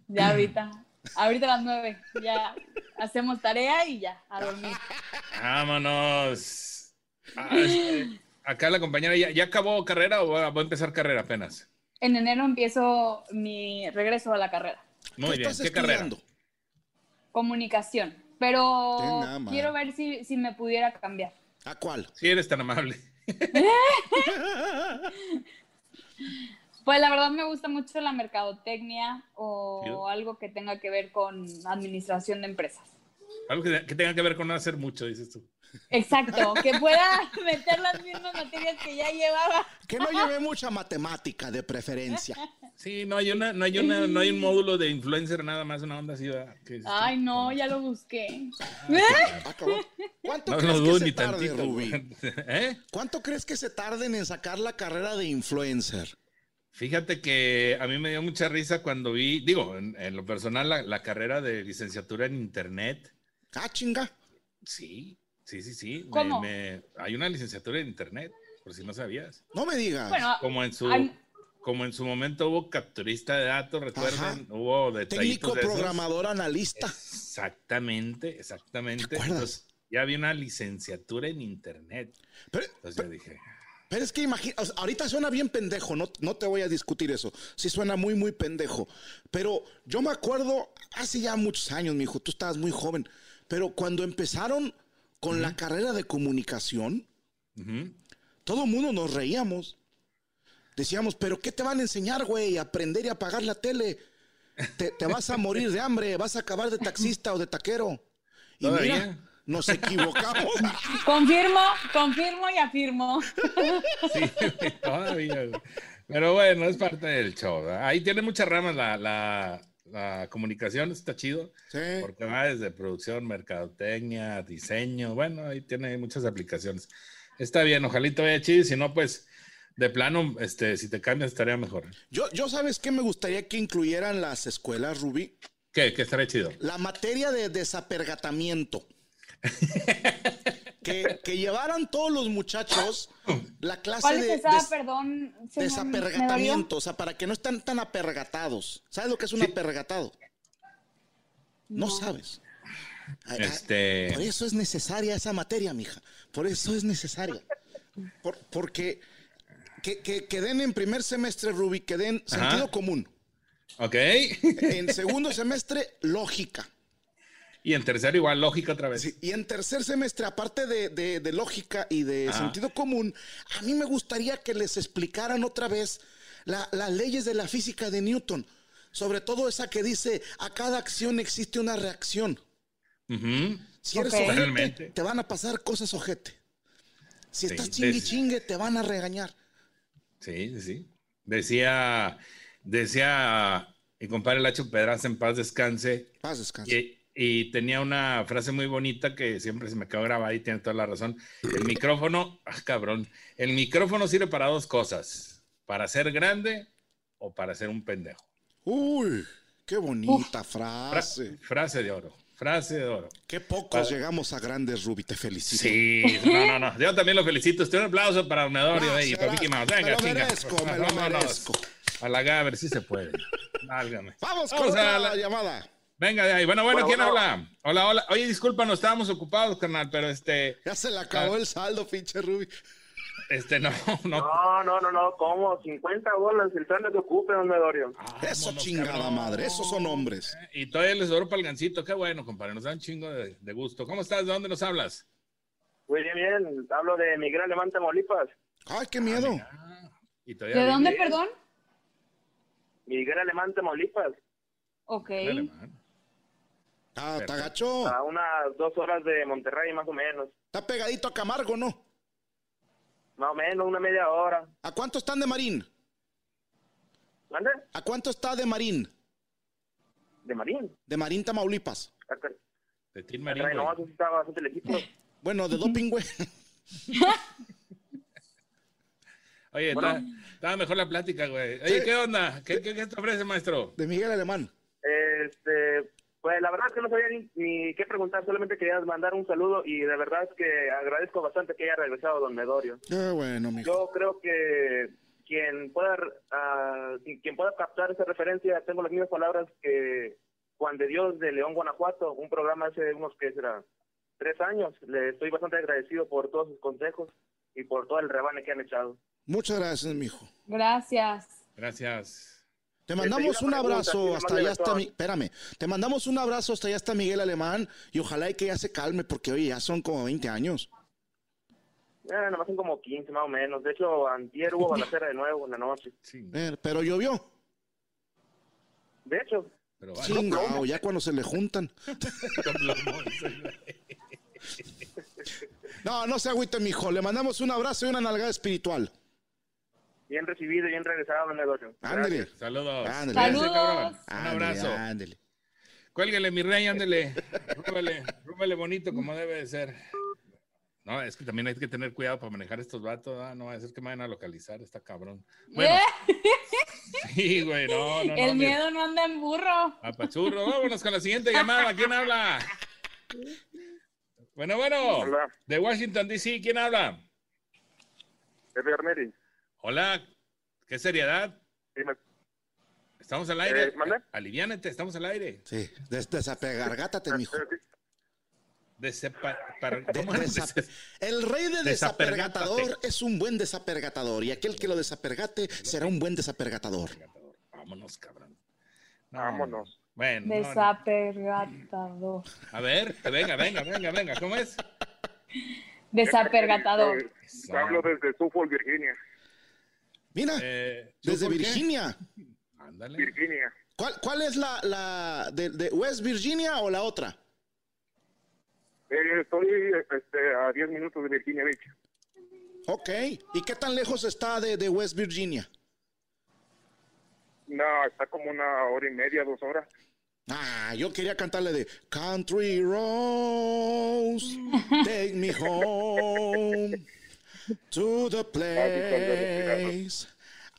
Speaker 5: Ya ahorita. Ahorita a las nueve. Ya hacemos tarea y ya, a dormir.
Speaker 4: Vámonos. Ah, es que acá la compañera ya, ya acabó carrera o va va a empezar carrera apenas.
Speaker 5: En enero empiezo mi regreso a la carrera.
Speaker 4: Muy
Speaker 3: ¿Qué
Speaker 4: bien,
Speaker 3: estás
Speaker 4: ¿qué carrera?
Speaker 3: estudiando?
Speaker 5: Comunicación.
Speaker 3: Ten
Speaker 5: Pero
Speaker 3: nada más.
Speaker 5: quiero ver si, si me pudiera cambiar.
Speaker 3: ¿A cuál?
Speaker 4: Si eres tan amable.
Speaker 5: Pues la verdad me gusta mucho la mercadotecnia o
Speaker 4: Chido.
Speaker 5: algo que tenga que ver con administración de empresas.
Speaker 4: Algo que, que tenga que ver con no hacer mucho, dices tú.
Speaker 5: Exacto, que pueda meter las mismas materias que ya llevaba.
Speaker 3: Que no lleve mucha matemática de preferencia.
Speaker 4: Sí, no hay una, no hay una, no hay un módulo de influencer nada más, una onda así. ¿verdad? Que dices tú,
Speaker 5: Ay, no, ya lo busqué.
Speaker 3: Este,
Speaker 5: ¿Eh?
Speaker 3: Ah, cabrón. ¿Cuánto
Speaker 4: No
Speaker 3: crees
Speaker 4: lo
Speaker 3: que
Speaker 4: dudo
Speaker 3: se
Speaker 4: ni
Speaker 3: tarde,
Speaker 4: tantito.
Speaker 3: Rubí?
Speaker 4: güey. ¿Eh?
Speaker 3: ¿Cuánto crees que se tarden en sacar la carrera de influencer?
Speaker 4: Fíjate que a mí me dio mucha risa cuando vi, digo, en, en lo personal, la, la carrera de licenciatura en Internet.
Speaker 3: Ah, chinga.
Speaker 4: Sí, sí, sí, sí. me-
Speaker 5: ¿Cómo?
Speaker 4: me- hay una licenciatura en Internet, por si no sabías.
Speaker 3: No me digas.
Speaker 5: Bueno, ah.
Speaker 4: Como en su,
Speaker 5: Ay.
Speaker 4: como en su momento hubo capturista de datos, recuerden,
Speaker 3: Ajá.
Speaker 4: hubo detallitos
Speaker 3: Técnico,
Speaker 4: de esos.
Speaker 3: programador, analista.
Speaker 4: Exactamente, exactamente.
Speaker 3: ¿Te acuerdas?
Speaker 4: Entonces, ya había una licenciatura en Internet.
Speaker 3: Pero,
Speaker 4: Entonces yo dije,
Speaker 3: pero es que imagina, o sea, ahorita suena bien pendejo, no, no te voy a discutir eso. Sí suena muy, muy pendejo. Pero yo me acuerdo hace ya muchos años, mi hijo, tú estabas muy joven. Pero cuando empezaron con la carrera de comunicación,
Speaker 4: ujú,
Speaker 3: todo el mundo nos reíamos. Decíamos, pero ¿qué te van a enseñar, güey? Aprender y apagar la tele. Te, te vas a morir de hambre, vas a acabar de taxista o de taquero. Y
Speaker 4: ¿Todavía?
Speaker 3: mira, nos equivocamos.
Speaker 5: confirmo, confirmo y afirmo.
Speaker 4: Sí, güey, todavía. güey. Pero bueno, es parte del show. ¿verdad? Ahí tiene muchas ramas la, la- la comunicación, está chido,
Speaker 3: Sí.
Speaker 4: porque va desde producción, mercadotecnia, diseño, bueno, ahí tiene muchas aplicaciones. Está bien, ojalá y te vaya chido, y si no, pues de plano, este, si te cambias estaría mejor.
Speaker 3: Yo, yo sabes que me gustaría que incluyeran las escuelas, Rubí,
Speaker 4: ¿Qué? ¿Qué estaría chido?
Speaker 3: la materia de desapergatamiento. que, que llevaran todos los muchachos la clase
Speaker 5: ¿Cuál es
Speaker 3: de
Speaker 5: esa?
Speaker 3: des-
Speaker 5: Perdón, señor Medorio.
Speaker 3: desapergatamiento, o sea, para que no estén tan apergatados. ¿Sabes lo que es un
Speaker 4: Sí.
Speaker 3: apergatado? No, sabes. Ay, ay,
Speaker 4: Este-
Speaker 3: Por eso es necesaria esa materia, mija. Por eso es necesaria. Por- porque que, que- que den en primer semestre, Ruby, que den
Speaker 4: Ajá.
Speaker 3: sentido común.
Speaker 4: ¿Ok?
Speaker 3: En segundo semestre, lógica.
Speaker 4: Y en tercero igual, lógica otra vez.
Speaker 3: Sí, Y en tercer semestre, aparte de, de- de lógica y de
Speaker 4: Ajá.
Speaker 3: sentido común, a mí me gustaría que les explicaran otra vez la- las leyes de la física de Newton. Sobre todo esa que dice, a cada acción existe una reacción.
Speaker 4: Ujú.
Speaker 3: Si eres
Speaker 5: Ok.
Speaker 3: ojete,
Speaker 4: Realmente.
Speaker 3: te van a pasar cosas ojete. Si
Speaker 4: Sí,
Speaker 3: estás chingue y
Speaker 4: des-
Speaker 3: chingue, te van a regañar.
Speaker 4: Sí, sí, sí. Decía, decía, y compadre Lacho Pedraza en paz descanse,
Speaker 3: Paz, descansa.
Speaker 4: y, y tenía una frase muy bonita que siempre se me quedó grabada y tiene toda la razón. El micrófono, ah, cabrón, el micrófono sirve para dos cosas, para ser grande o para ser un pendejo.
Speaker 3: Uy, qué bonita
Speaker 4: Fra-
Speaker 3: frase.
Speaker 4: Frase de oro, frase de oro.
Speaker 3: Ah, Qué pocos llegamos a grandes, Ruby, te felicito.
Speaker 4: Sí, no, no, no. Yo también lo felicito. Usted un aplauso para Medorio
Speaker 3: Gracias,
Speaker 4: y para Mickey Mouse.
Speaker 3: gracias.
Speaker 4: Venga,
Speaker 3: Me lo
Speaker 4: chinga.
Speaker 3: merezco, me lo
Speaker 4: Vámonos.
Speaker 3: merezco.
Speaker 4: A la Gaber, sí se puede. Válgame.
Speaker 3: Vamos con
Speaker 4: a
Speaker 3: otra
Speaker 4: la-
Speaker 3: llamada.
Speaker 4: Venga de ahí. Bueno, bueno,
Speaker 6: Bueno,
Speaker 4: ¿quién
Speaker 6: bueno.
Speaker 4: habla? Hola, hola. Oye, disculpa, no estábamos ocupados, carnal, pero este,
Speaker 3: Ya se le acabó el saldo, pinche Ruby.
Speaker 4: este, no, no.
Speaker 6: No, no, no, no, ¿cómo? 50 bolas el saldo que ocupe, don Medorio.
Speaker 3: Ah. Eso
Speaker 4: Vámonos,
Speaker 3: chingada
Speaker 4: cabrón.
Speaker 3: madre, esos son hombres.
Speaker 4: Y todavía les sobró para el gancito. Qué bueno, compadre. Nos da un chingo de, de gusto. ¿Cómo estás? ¿De dónde nos hablas?
Speaker 6: Muy bien, bien, hablo de Miguel Alemán Tamaulipas.
Speaker 3: Ay, qué miedo.
Speaker 4: Y todavía
Speaker 5: ¿De
Speaker 4: vive
Speaker 5: dónde, perdón?
Speaker 6: Miguel Alemán Tamaulipas.
Speaker 5: Ok.
Speaker 4: en alemán.
Speaker 3: Está, está
Speaker 4: Perfecto.
Speaker 3: gacho.
Speaker 8: A unas dos horas de Monterrey, más o menos.
Speaker 3: Está pegadito a Camargo, ¿no?
Speaker 8: Más o menos, una media hora.
Speaker 3: ¿A cuánto están de Marín?
Speaker 8: ¿Dónde?
Speaker 3: ¿A cuánto está de Marín?
Speaker 8: De Marín.
Speaker 3: De Marín, Tamaulipas.
Speaker 8: Acá,
Speaker 4: De Tin Marín,
Speaker 8: acá no,
Speaker 4: güey.
Speaker 8: eso sí está bastante lejitos.
Speaker 3: Bueno, de doping, güey.
Speaker 4: Oye, está- estaba mejor la plática, güey. Oye,
Speaker 3: Sí.
Speaker 4: ¿qué onda? ¿Qué, qué, qué te ofrece, maestro?
Speaker 3: De Miguel Alemán.
Speaker 8: Este, pues la verdad es que no sabía ni, ni qué preguntar, solamente quería mandar un saludo y de verdad es que agradezco bastante que haya regresado don Medorio.
Speaker 3: Qué bueno, mijo.
Speaker 8: Yo creo que quien pueda, ah, quien pueda captar esa referencia, tengo las mismas palabras que Juan de Dios de León, Guanajuato, un programa hace unos que será tres años. Le estoy bastante agradecido por todos sus consejos y por todo el rebane que han echado.
Speaker 3: Muchas gracias, mijo.
Speaker 5: Gracias.
Speaker 4: Gracias.
Speaker 3: Te
Speaker 8: Este,
Speaker 3: mandamos
Speaker 8: y
Speaker 3: un
Speaker 8: una pregunta, sí,
Speaker 3: abrazo hasta
Speaker 8: nomás
Speaker 3: allá,
Speaker 8: de
Speaker 3: hasta
Speaker 8: razón.
Speaker 3: mi... espérame, te mandamos un abrazo hasta allá, hasta Miguel Alemán, y ojalá y que ya se calme, porque hoy ya son como 20 años.
Speaker 8: Eh, nomás son como 15 más o menos. De hecho, antier hubo balacera de nuevo en la noche.
Speaker 4: Sí,
Speaker 3: Eh, pero llovió.
Speaker 8: De hecho,
Speaker 4: pero vale.
Speaker 3: Chingao, ya cuando se le juntan.
Speaker 4: Con plomón, sí, güey.
Speaker 3: No, no se agüite, mijo. Le mandamos un abrazo y una nalgada espiritual.
Speaker 8: bien recibido y bien regresado, don Medorio. Gracias.
Speaker 3: Ándele.
Speaker 4: Saludos.
Speaker 3: Ándale.
Speaker 4: Cuídense,
Speaker 5: Saludos.
Speaker 4: cabrón. Un
Speaker 3: ándele,
Speaker 4: abrazo.
Speaker 3: Ándele.
Speaker 4: Cuélguele, mi rey, ándele. Rúbele, rúbele bonito como debe de ser. No, es que también hay que tener cuidado para manejar estos vatos. ah, No va a ser que me vayan a localizar, está cabrón. Bueno. Sí, güey, no, no, no.
Speaker 5: ¿Eh? El
Speaker 4: mira.
Speaker 5: miedo no anda en burro.
Speaker 4: Apachurro, vámonos con la siguiente llamada. ¿Quién habla? Bueno, bueno.
Speaker 8: Hola.
Speaker 4: De Washington, D.C., ¿quién habla?
Speaker 8: Pepe Garneri.
Speaker 4: Hola, qué seriedad.
Speaker 8: Sí, me-
Speaker 4: Estamos al aire.
Speaker 8: Eh, ¿mande?
Speaker 4: Aliviánate, estamos al aire.
Speaker 3: Sí, des desapegargátate, mijo.
Speaker 4: Desepa- par-
Speaker 3: De-
Speaker 4: ¿cómo es?
Speaker 3: desap- el rey de
Speaker 4: Desapergátate.
Speaker 3: desapergatador es un buen desapergatador y aquel que lo desapergate será un buen desapergatador.
Speaker 4: Vámonos, cabrón. No,
Speaker 8: Vámonos.
Speaker 4: Bueno, no, no.
Speaker 5: Desapergatador.
Speaker 4: a ver, venga, venga, venga, venga, ¿cómo es?
Speaker 5: Desapergatador.
Speaker 4: Eso.
Speaker 8: Este, Hablo desde Suffolk, Virginia.
Speaker 3: Mira,
Speaker 4: Eh, ¿tú
Speaker 3: desde
Speaker 4: por qué?
Speaker 3: Virginia.
Speaker 4: Ándale.
Speaker 8: Virginia.
Speaker 3: ¿Cuál, cuál es la, la de, de West Virginia o la otra?
Speaker 8: Eh, estoy este, a 10 minutos de Virginia Beach.
Speaker 3: Ok. ¿Y qué tan lejos está de, de West Virginia?
Speaker 8: No, está como una hora y media, dos horas.
Speaker 3: Ah, yo quería cantarle de Country Rose, take me home to the place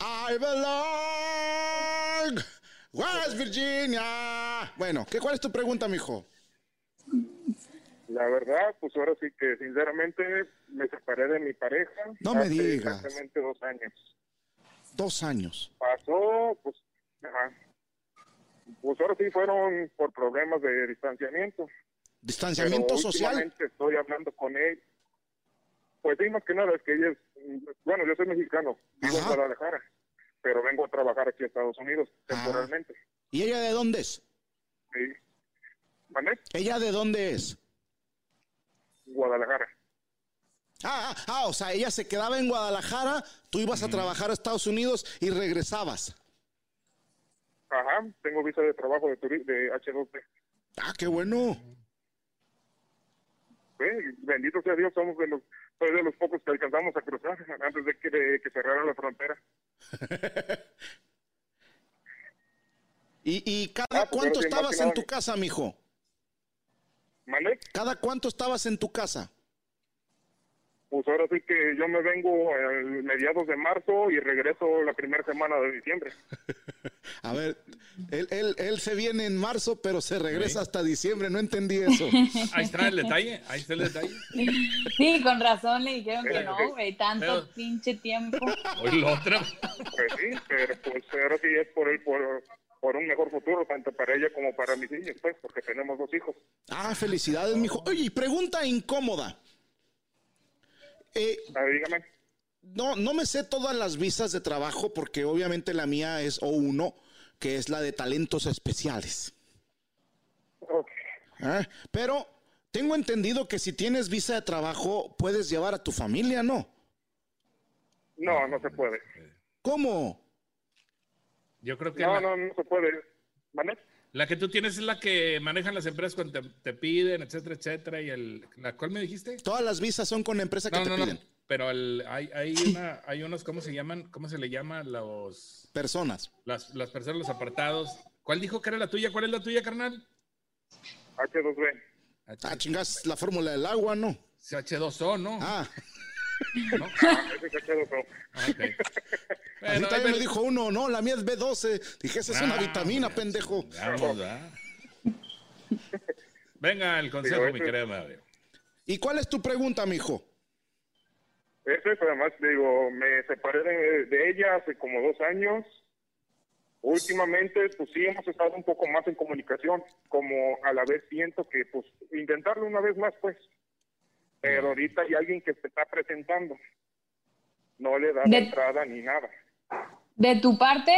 Speaker 3: I belong, West Virginia. Bueno, ¿qué, ¿cuál es tu pregunta, mijo?
Speaker 8: La verdad, pues ahora sí que sinceramente me separé de mi pareja.
Speaker 3: No me
Speaker 8: hace
Speaker 3: digas.
Speaker 8: Exactamente dos años.
Speaker 3: Dos años.
Speaker 8: Pasó, pues, ajá. Pues ahora sí fueron por problemas de distanciamiento.
Speaker 3: ¿Distanciamiento
Speaker 8: Pero
Speaker 3: social?
Speaker 8: últimamente estoy hablando con él. Pues sí, más que nada, es que ella es, bueno, yo soy mexicano, vivo
Speaker 3: Ajá.
Speaker 8: en Guadalajara, pero vengo a trabajar aquí a Estados Unidos
Speaker 3: Ah.
Speaker 8: temporalmente.
Speaker 3: ¿Y ella de dónde es?
Speaker 8: Sí. ¿Vale?
Speaker 3: ¿Ella de dónde es?
Speaker 8: Guadalajara.
Speaker 3: Ah, ah, ah, o sea, ella se quedaba en Guadalajara, tú ibas a trabajar a Estados Unidos y regresabas.
Speaker 8: Ajá, tengo visa de trabajo de, turi- de H2B.
Speaker 3: Ah, qué bueno.
Speaker 8: Sí, Bendito sea Dios, somos de los, soy de los pocos que alcanzamos a cruzar antes de que, de que cerraran la frontera.
Speaker 3: ¿Y, y cada
Speaker 8: Ah, pues, claro que
Speaker 3: cuánto
Speaker 8: más
Speaker 3: estabas
Speaker 8: que
Speaker 3: en
Speaker 8: nada.
Speaker 3: tu casa, mijo?
Speaker 8: ¿Vale?
Speaker 3: ¿Cada cuánto estabas en tu casa?
Speaker 8: Pues ahora sí que yo me vengo a mediados de marzo y regreso la primera semana de diciembre.
Speaker 3: A ver, él, él- él se viene en marzo, pero se regresa hasta diciembre. No entendí eso.
Speaker 4: Ahí está el detalle, ahí está el detalle.
Speaker 5: Sí, con razón le dijeron que no, güey.
Speaker 4: Pero-
Speaker 5: Tanto pinche tiempo.
Speaker 4: Hoy lo otro.
Speaker 8: Pues sí, pero pues ahora sí es por el, por, por un mejor futuro, tanto para ella como para mis niños, pues, porque tenemos dos hijos.
Speaker 3: Ah, felicidades, mijo. Oye, y pregunta incómoda. Eh,
Speaker 8: A ver, Ah, dígame.
Speaker 3: No, no me sé todas las visas de trabajo porque obviamente la mía es O1, que es la de talentos especiales.
Speaker 8: Ok.
Speaker 3: ¿eh? Pero tengo entendido que si tienes visa de trabajo puedes llevar a tu familia, ¿no?
Speaker 8: No, no se puede.
Speaker 3: ¿Cómo?
Speaker 4: Yo creo que
Speaker 8: No,
Speaker 4: la-
Speaker 8: no, no se puede. ¿Vale?
Speaker 4: La que tú tienes es la que manejan las empresas cuando te, te piden, etcétera, etcétera. ¿Y el, la cuál me dijiste?
Speaker 3: Todas las visas son con la empresa que
Speaker 4: No,
Speaker 3: te
Speaker 4: no,
Speaker 3: piden.
Speaker 4: no. Pero el- hay, hay, una, hay unos, ¿cómo se llaman? ¿Cómo se le llama? Los,
Speaker 3: Personas.
Speaker 4: las, las personas, los apartados. ¿Cuál dijo que era la tuya? ¿Cuál es la tuya, carnal?
Speaker 8: H2B.
Speaker 3: Ah, chingas, la fórmula del agua, ¿no?
Speaker 4: CH2O, ¿no?
Speaker 3: Ah,
Speaker 4: ¿No?
Speaker 8: Ah, ese es H2O.
Speaker 4: Ah, ok.
Speaker 3: así
Speaker 4: Bueno,
Speaker 3: también
Speaker 4: ahí
Speaker 3: me dijo uno, no, la mía es B12. Dije, esa es una
Speaker 4: Ah,
Speaker 3: vitamina,
Speaker 4: ya,
Speaker 3: pendejo.
Speaker 4: Vamos, ¿verdad? Venga, el consejo,
Speaker 8: Digo,
Speaker 4: mi
Speaker 8: eso-
Speaker 4: querido Mario.
Speaker 3: ¿Y cuál es tu pregunta, mijo?
Speaker 8: Eso es, además, digo, me separé de, de ella hace como dos años. Últimamente, pues sí, hemos estado un poco más en comunicación, como a la vez siento que, pues, intentarlo una vez más, pues. Pero ahorita hay alguien que se está presentando. No le da la
Speaker 5: De-
Speaker 8: entrada ni nada.
Speaker 5: ¿De tu parte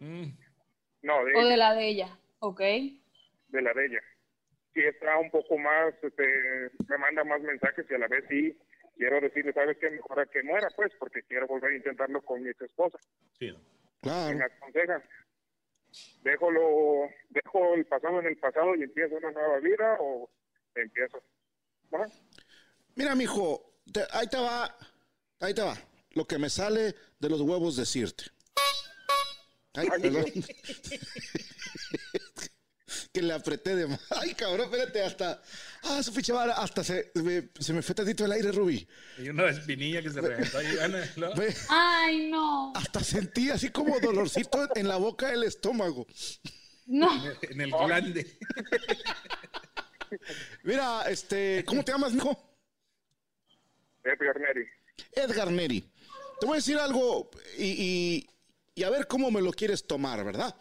Speaker 4: Mm,
Speaker 8: No, de,
Speaker 5: o
Speaker 8: ella,
Speaker 5: de la de ella? Ok.
Speaker 8: de la de ella. Sí está un poco más, este, me manda más mensajes y a la vez sí quiero decirle, ¿sabes qué? Mejor a que muera, pues, porque quiero volver a intentarlo con mi esposa.
Speaker 4: chido.
Speaker 8: que
Speaker 3: Claro.
Speaker 8: me aconsejan. Dejo, lo, dejo el pasado en el pasado y empiezo una nueva vida o empiezo. ¿Va?
Speaker 3: Mira, mijo, te- ahí te va, ahí te va. Lo que me sale de los huevos decirte. Ay, perdón. que le apreté de más. Ay, cabrón, espérate, hasta. Ah, su pinche vara, hasta se, me- se me fue tantito el aire, Rubí.
Speaker 4: Y una espinilla que se reventó ahí, Ana, ¿no?
Speaker 3: Ve,
Speaker 5: Ay, no.
Speaker 3: hasta sentí así como dolorcito en la boca del estómago.
Speaker 5: No.
Speaker 4: en el glande.
Speaker 3: Mira, este, ¿cómo te llamas, mijo?
Speaker 8: Edgar Neri.
Speaker 3: Edgar Neri. Te voy a decir algo y, y- y a ver cómo me lo quieres tomar, ¿verdad?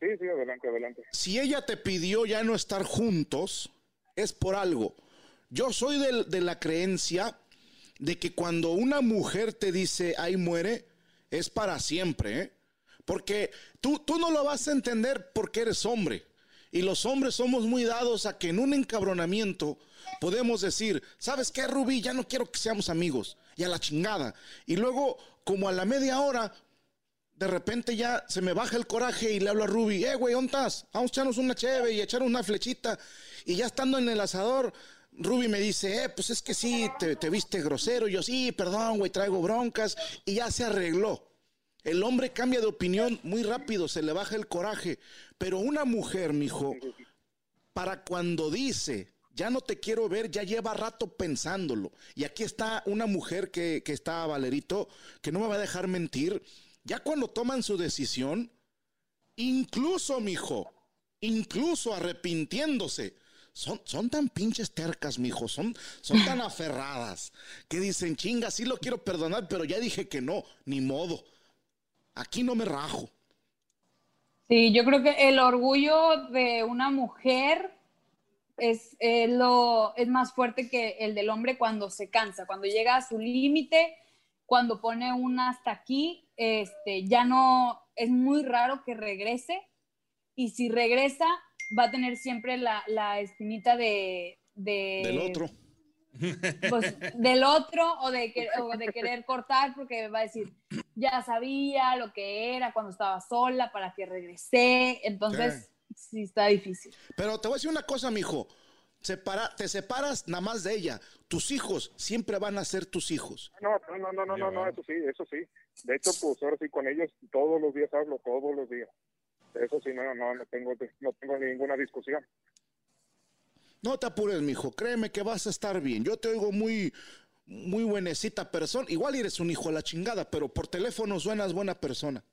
Speaker 8: Sí, sí, adelante, adelante.
Speaker 3: si ella te pidió ya no estar juntos, es por algo. Yo soy del- de, la creencia de que cuando una mujer te dice, ahí muere, es para siempre, ¿eh? Porque tú, tú no lo vas a entender porque eres hombre. Y los hombres somos muy dados a que en un encabronamiento podemos decir, ¿sabes qué, Rubí? Ya no quiero que seamos amigos. Y a la chingada. Y luego, como a la media hora, de repente ya se me baja el coraje y le hablo a Ruby, eh, güey, ¿dónde estás? Vamos a echarnos una cheve y echar una flechita. Y ya estando en el asador, Ruby me dice, eh, pues es que sí, te, te viste grosero. Y yo, sí, perdón, güey, traigo broncas. Y ya se arregló. El hombre cambia de opinión muy rápido, se le baja el coraje. Pero una mujer, mijo, para cuando dice, ya no te quiero ver, ya lleva rato pensándolo. Y aquí está una mujer que, que está, Valerito, que no me va a dejar mentir. Ya cuando toman su decisión, incluso, mijo, incluso arrepintiéndose, son, son tan pinches tercas, mijo, son, son tan aferradas que dicen, chinga, sí lo quiero perdonar, pero ya dije que no, ni modo. Aquí no me rajo.
Speaker 5: Sí, yo creo que el orgullo de una mujer es, eh, lo, es más fuerte que el del hombre cuando se cansa, cuando llega a su límite, cuando pone un hasta aquí, este, ya no, es muy raro que regrese y si regresa va a tener siempre la, la espinita de, de-
Speaker 3: Del otro.
Speaker 5: pues, del otro o de, que- o de querer cortar porque va a decir, ya sabía lo que era cuando estaba sola, para que regresé. Entonces, sí, está difícil.
Speaker 3: Pero te voy a decir una cosa, mijo. Separa- te separas nada más de ella. Tus hijos siempre van a ser tus hijos.
Speaker 8: No, no, no, no, no, no, no, eso sí, eso sí. De hecho, pues ahora sí con ellos todos los días hablo, todos los días. Eso sí, no, no, no tengo, no tengo ninguna discusión.
Speaker 3: No te apures, mijo. Créeme que vas a estar bien. Yo te oigo muy, muy buenecita persona. Igual eres un hijo a la chingada, pero por teléfono suenas buena persona.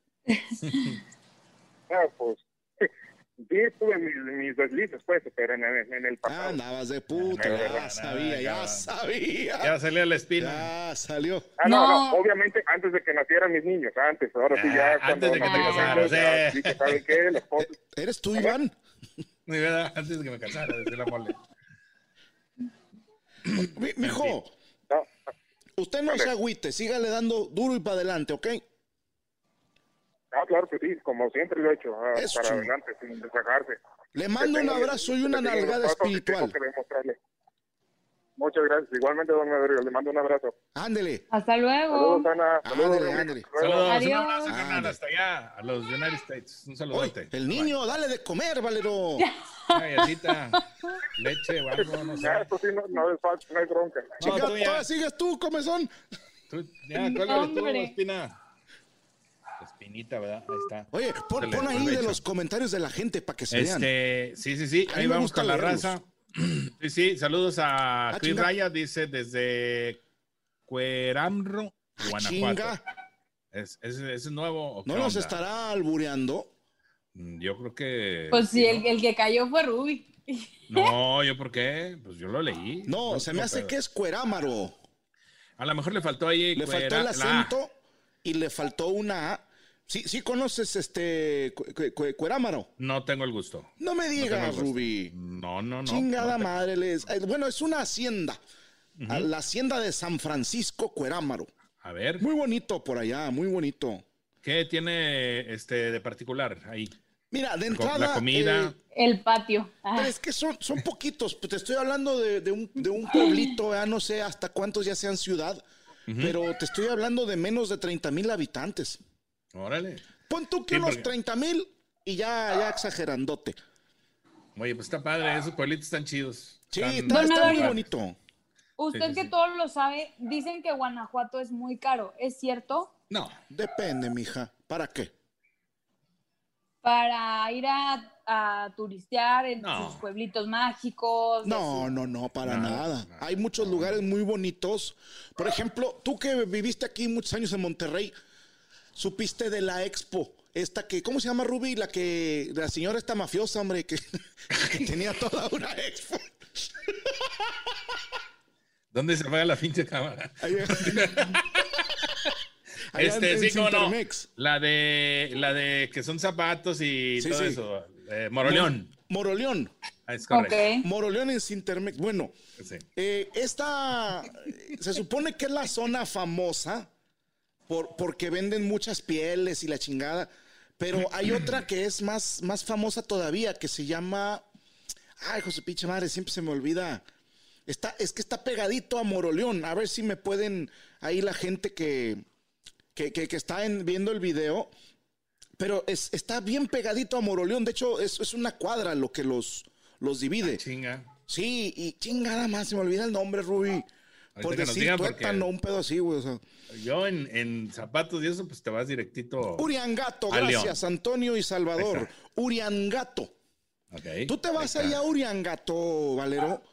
Speaker 8: Ah, pues, sí, tuve mis, mis deslices, pues, pero en, el- en el
Speaker 3: Ah,
Speaker 8: pasado.
Speaker 3: andabas de puta.
Speaker 4: Ah,
Speaker 3: Ya
Speaker 4: cabrón.
Speaker 3: sabía, ya
Speaker 4: Ah,
Speaker 3: sabía.
Speaker 4: Ya salió la espina.
Speaker 3: Ya salió.
Speaker 8: Ah, no, no,
Speaker 5: No.
Speaker 8: obviamente antes de que nacieran mis niños, antes, ahora sí
Speaker 4: Ah,
Speaker 8: ya.
Speaker 4: antes
Speaker 8: cuando
Speaker 4: de que te
Speaker 8: nacieron
Speaker 4: casaras,
Speaker 8: ellos, ya
Speaker 4: eh.
Speaker 8: dije, ¿saben qué? Las cosas-
Speaker 3: ¿Eres tú, Iván?
Speaker 4: Ni verdad, Antes de que me casara, decía la mole.
Speaker 3: Mi- mijo,
Speaker 8: no,
Speaker 3: usted no se agüite. Sígale dando duro y para adelante, ¿ok?
Speaker 8: Ah, claro que sí, como siempre lo he hecho, ah,
Speaker 3: Eso,
Speaker 8: para
Speaker 3: chingón.
Speaker 8: adelante, sin desajarse.
Speaker 3: Le mando un abrazo y una nalgada espiritual.
Speaker 8: Tengo que demostrarle. Muchas gracias. Igualmente, don Medorio, le mando un abrazo.
Speaker 3: Ándele,
Speaker 5: Hasta luego.
Speaker 8: Saludos, Ana.
Speaker 3: ándele, ándele.
Speaker 4: Saludos, un
Speaker 5: Adiós.
Speaker 4: abrazo, carnal,
Speaker 3: Ándale.
Speaker 4: hasta allá, a los United States. Un
Speaker 3: Oy,
Speaker 4: saludote.
Speaker 3: el niño, dale de comer, Valero.
Speaker 4: Una galletita, leche o algo, no sé.
Speaker 8: Ya, esto sí, no, no, es falso, no hay bronca.
Speaker 4: No,
Speaker 3: Chica,
Speaker 4: tú ya,
Speaker 3: todavía sigues tú, comezón.
Speaker 4: tú, ya, cuélgale tú,
Speaker 5: Hombre.
Speaker 4: Espina. Espinita, ¿verdad? Ahí está.
Speaker 3: Oye, pon,
Speaker 4: Ándale,
Speaker 3: pon ahí
Speaker 4: provecho.
Speaker 3: de los comentarios de la gente para que se vean.
Speaker 4: Este, sí, sí, sí,
Speaker 3: A mí
Speaker 4: ahí
Speaker 3: me
Speaker 4: vamos
Speaker 3: gusta
Speaker 4: con la
Speaker 3: leerlos.
Speaker 4: raza. Sí, sí, saludos a
Speaker 3: Ah,
Speaker 4: Chris
Speaker 3: chinga.
Speaker 4: Raya, dice desde Cueramro,
Speaker 3: Ah,
Speaker 4: Guanajuato.
Speaker 3: Chinga,
Speaker 4: ¿Es, es, es nuevo? o
Speaker 3: ¿no
Speaker 4: qué
Speaker 3: nos
Speaker 4: onda?
Speaker 3: estará albureando?
Speaker 4: Mm, Yo creo que.
Speaker 5: Pues sí, el,
Speaker 4: ¿no?
Speaker 5: el que cayó fue Ruby.
Speaker 4: No, ¿yo por qué? Pues yo lo leí.
Speaker 3: No, se me
Speaker 4: tengo
Speaker 3: hace
Speaker 4: pedo.
Speaker 3: que es cuerámaro.
Speaker 4: A lo mejor le faltó ahí.
Speaker 3: Le faltó
Speaker 4: cuera-
Speaker 3: el
Speaker 4: la A.
Speaker 3: acento y le faltó una A. Sí, sí conoces este cu- cu- cu- cuerámaro.
Speaker 4: No tengo el gusto.
Speaker 3: No me
Speaker 4: No tengo el
Speaker 3: digas,
Speaker 4: gusto.
Speaker 3: Rubí.
Speaker 4: No, no, no.
Speaker 3: Chingada
Speaker 4: no te-
Speaker 3: madre les. eh, Bueno, es una hacienda. A La hacienda de San Francisco Cuerámaro.
Speaker 4: A ver,
Speaker 3: Muy bonito por allá, muy bonito.
Speaker 4: ¿qué tiene este de particular ahí?
Speaker 3: Mira, de
Speaker 4: La co-
Speaker 3: entrada.
Speaker 4: la comida.
Speaker 3: eh,
Speaker 5: El patio. Ah,
Speaker 3: es que son, son poquitos. Pues, Te estoy hablando de, de un, de un pueblito, ya no sé hasta cuántos ya sean ciudad, pero te estoy hablando de menos de 30 mil habitantes.
Speaker 4: Órale.
Speaker 3: Pon tú que
Speaker 4: Sí,
Speaker 3: unos
Speaker 4: porque-
Speaker 3: 30 mil y ya, ya exagerandote.
Speaker 4: Oye, pues está padre, esos pueblitos están chidos.
Speaker 3: Sí,
Speaker 4: Están-
Speaker 3: está, está muy
Speaker 5: Donadorio.
Speaker 3: bonito.
Speaker 5: Usted
Speaker 4: sí,
Speaker 5: que
Speaker 4: sí.
Speaker 5: todo lo sabe, dicen que Guanajuato es muy caro. ¿Es cierto?
Speaker 4: No,
Speaker 3: Depende, mija. ¿Para qué?
Speaker 5: Para ir a, a turistear en
Speaker 4: No.
Speaker 5: sus pueblitos mágicos. de
Speaker 3: No,
Speaker 5: sus-
Speaker 3: no, no, para
Speaker 4: No,
Speaker 3: nada.
Speaker 4: no,
Speaker 3: Hay muchos lugares muy bonitos. Por ejemplo, tú que viviste aquí muchos años en Monterrey, supiste de la Expo, esta que, ¿cómo se llama Ruby? La que, la señora esta mafiosa, hombre, que, que tenía toda una Expo.
Speaker 4: ¿dónde se apaga la pinche cámara?
Speaker 3: Ahí- Allá
Speaker 4: este,
Speaker 3: en-
Speaker 4: sí,
Speaker 3: en
Speaker 4: cómo no.
Speaker 3: Cintermex.
Speaker 4: La de, la de que son zapatos y
Speaker 3: Sí,
Speaker 4: todo
Speaker 3: sí.
Speaker 4: eso. Eh, Moroleón.
Speaker 3: Moroleón,
Speaker 4: Ah, es correcto.
Speaker 5: Ok.
Speaker 3: Moroleón en Cintermex. Bueno,
Speaker 4: Sí.
Speaker 3: Eh, esta eh, se supone que es la zona famosa por, porque venden muchas pieles y la chingada, pero hay otra que es más, más famosa todavía que se llama. Ay, José pinche madre, siempre se me olvida. Está, es que está pegadito a Moroleón. A ver si me pueden ahí la gente que, que, que- que está en- viendo el video. Pero es- está bien pegadito a Moroleón. De hecho, es, es una cuadra lo que los, los divide.
Speaker 4: Ah, Chinga.
Speaker 3: Sí, y chingada más, se me olvida el nombre, Ruby. Por
Speaker 4: que nos
Speaker 3: decir
Speaker 4: digan por qué.
Speaker 3: tuétano, un pedo así, güey. o sea.
Speaker 4: Yo en, en zapatos y eso, pues te vas directito.
Speaker 3: Uriangato,
Speaker 4: A León.
Speaker 3: gracias, Antonio y
Speaker 4: Ahí
Speaker 3: Salvador.
Speaker 4: está.
Speaker 3: Uriangato.
Speaker 4: Ok,
Speaker 3: Tú te vas
Speaker 4: ahí
Speaker 3: allá
Speaker 4: está.
Speaker 3: a Uriangato, Valero. y-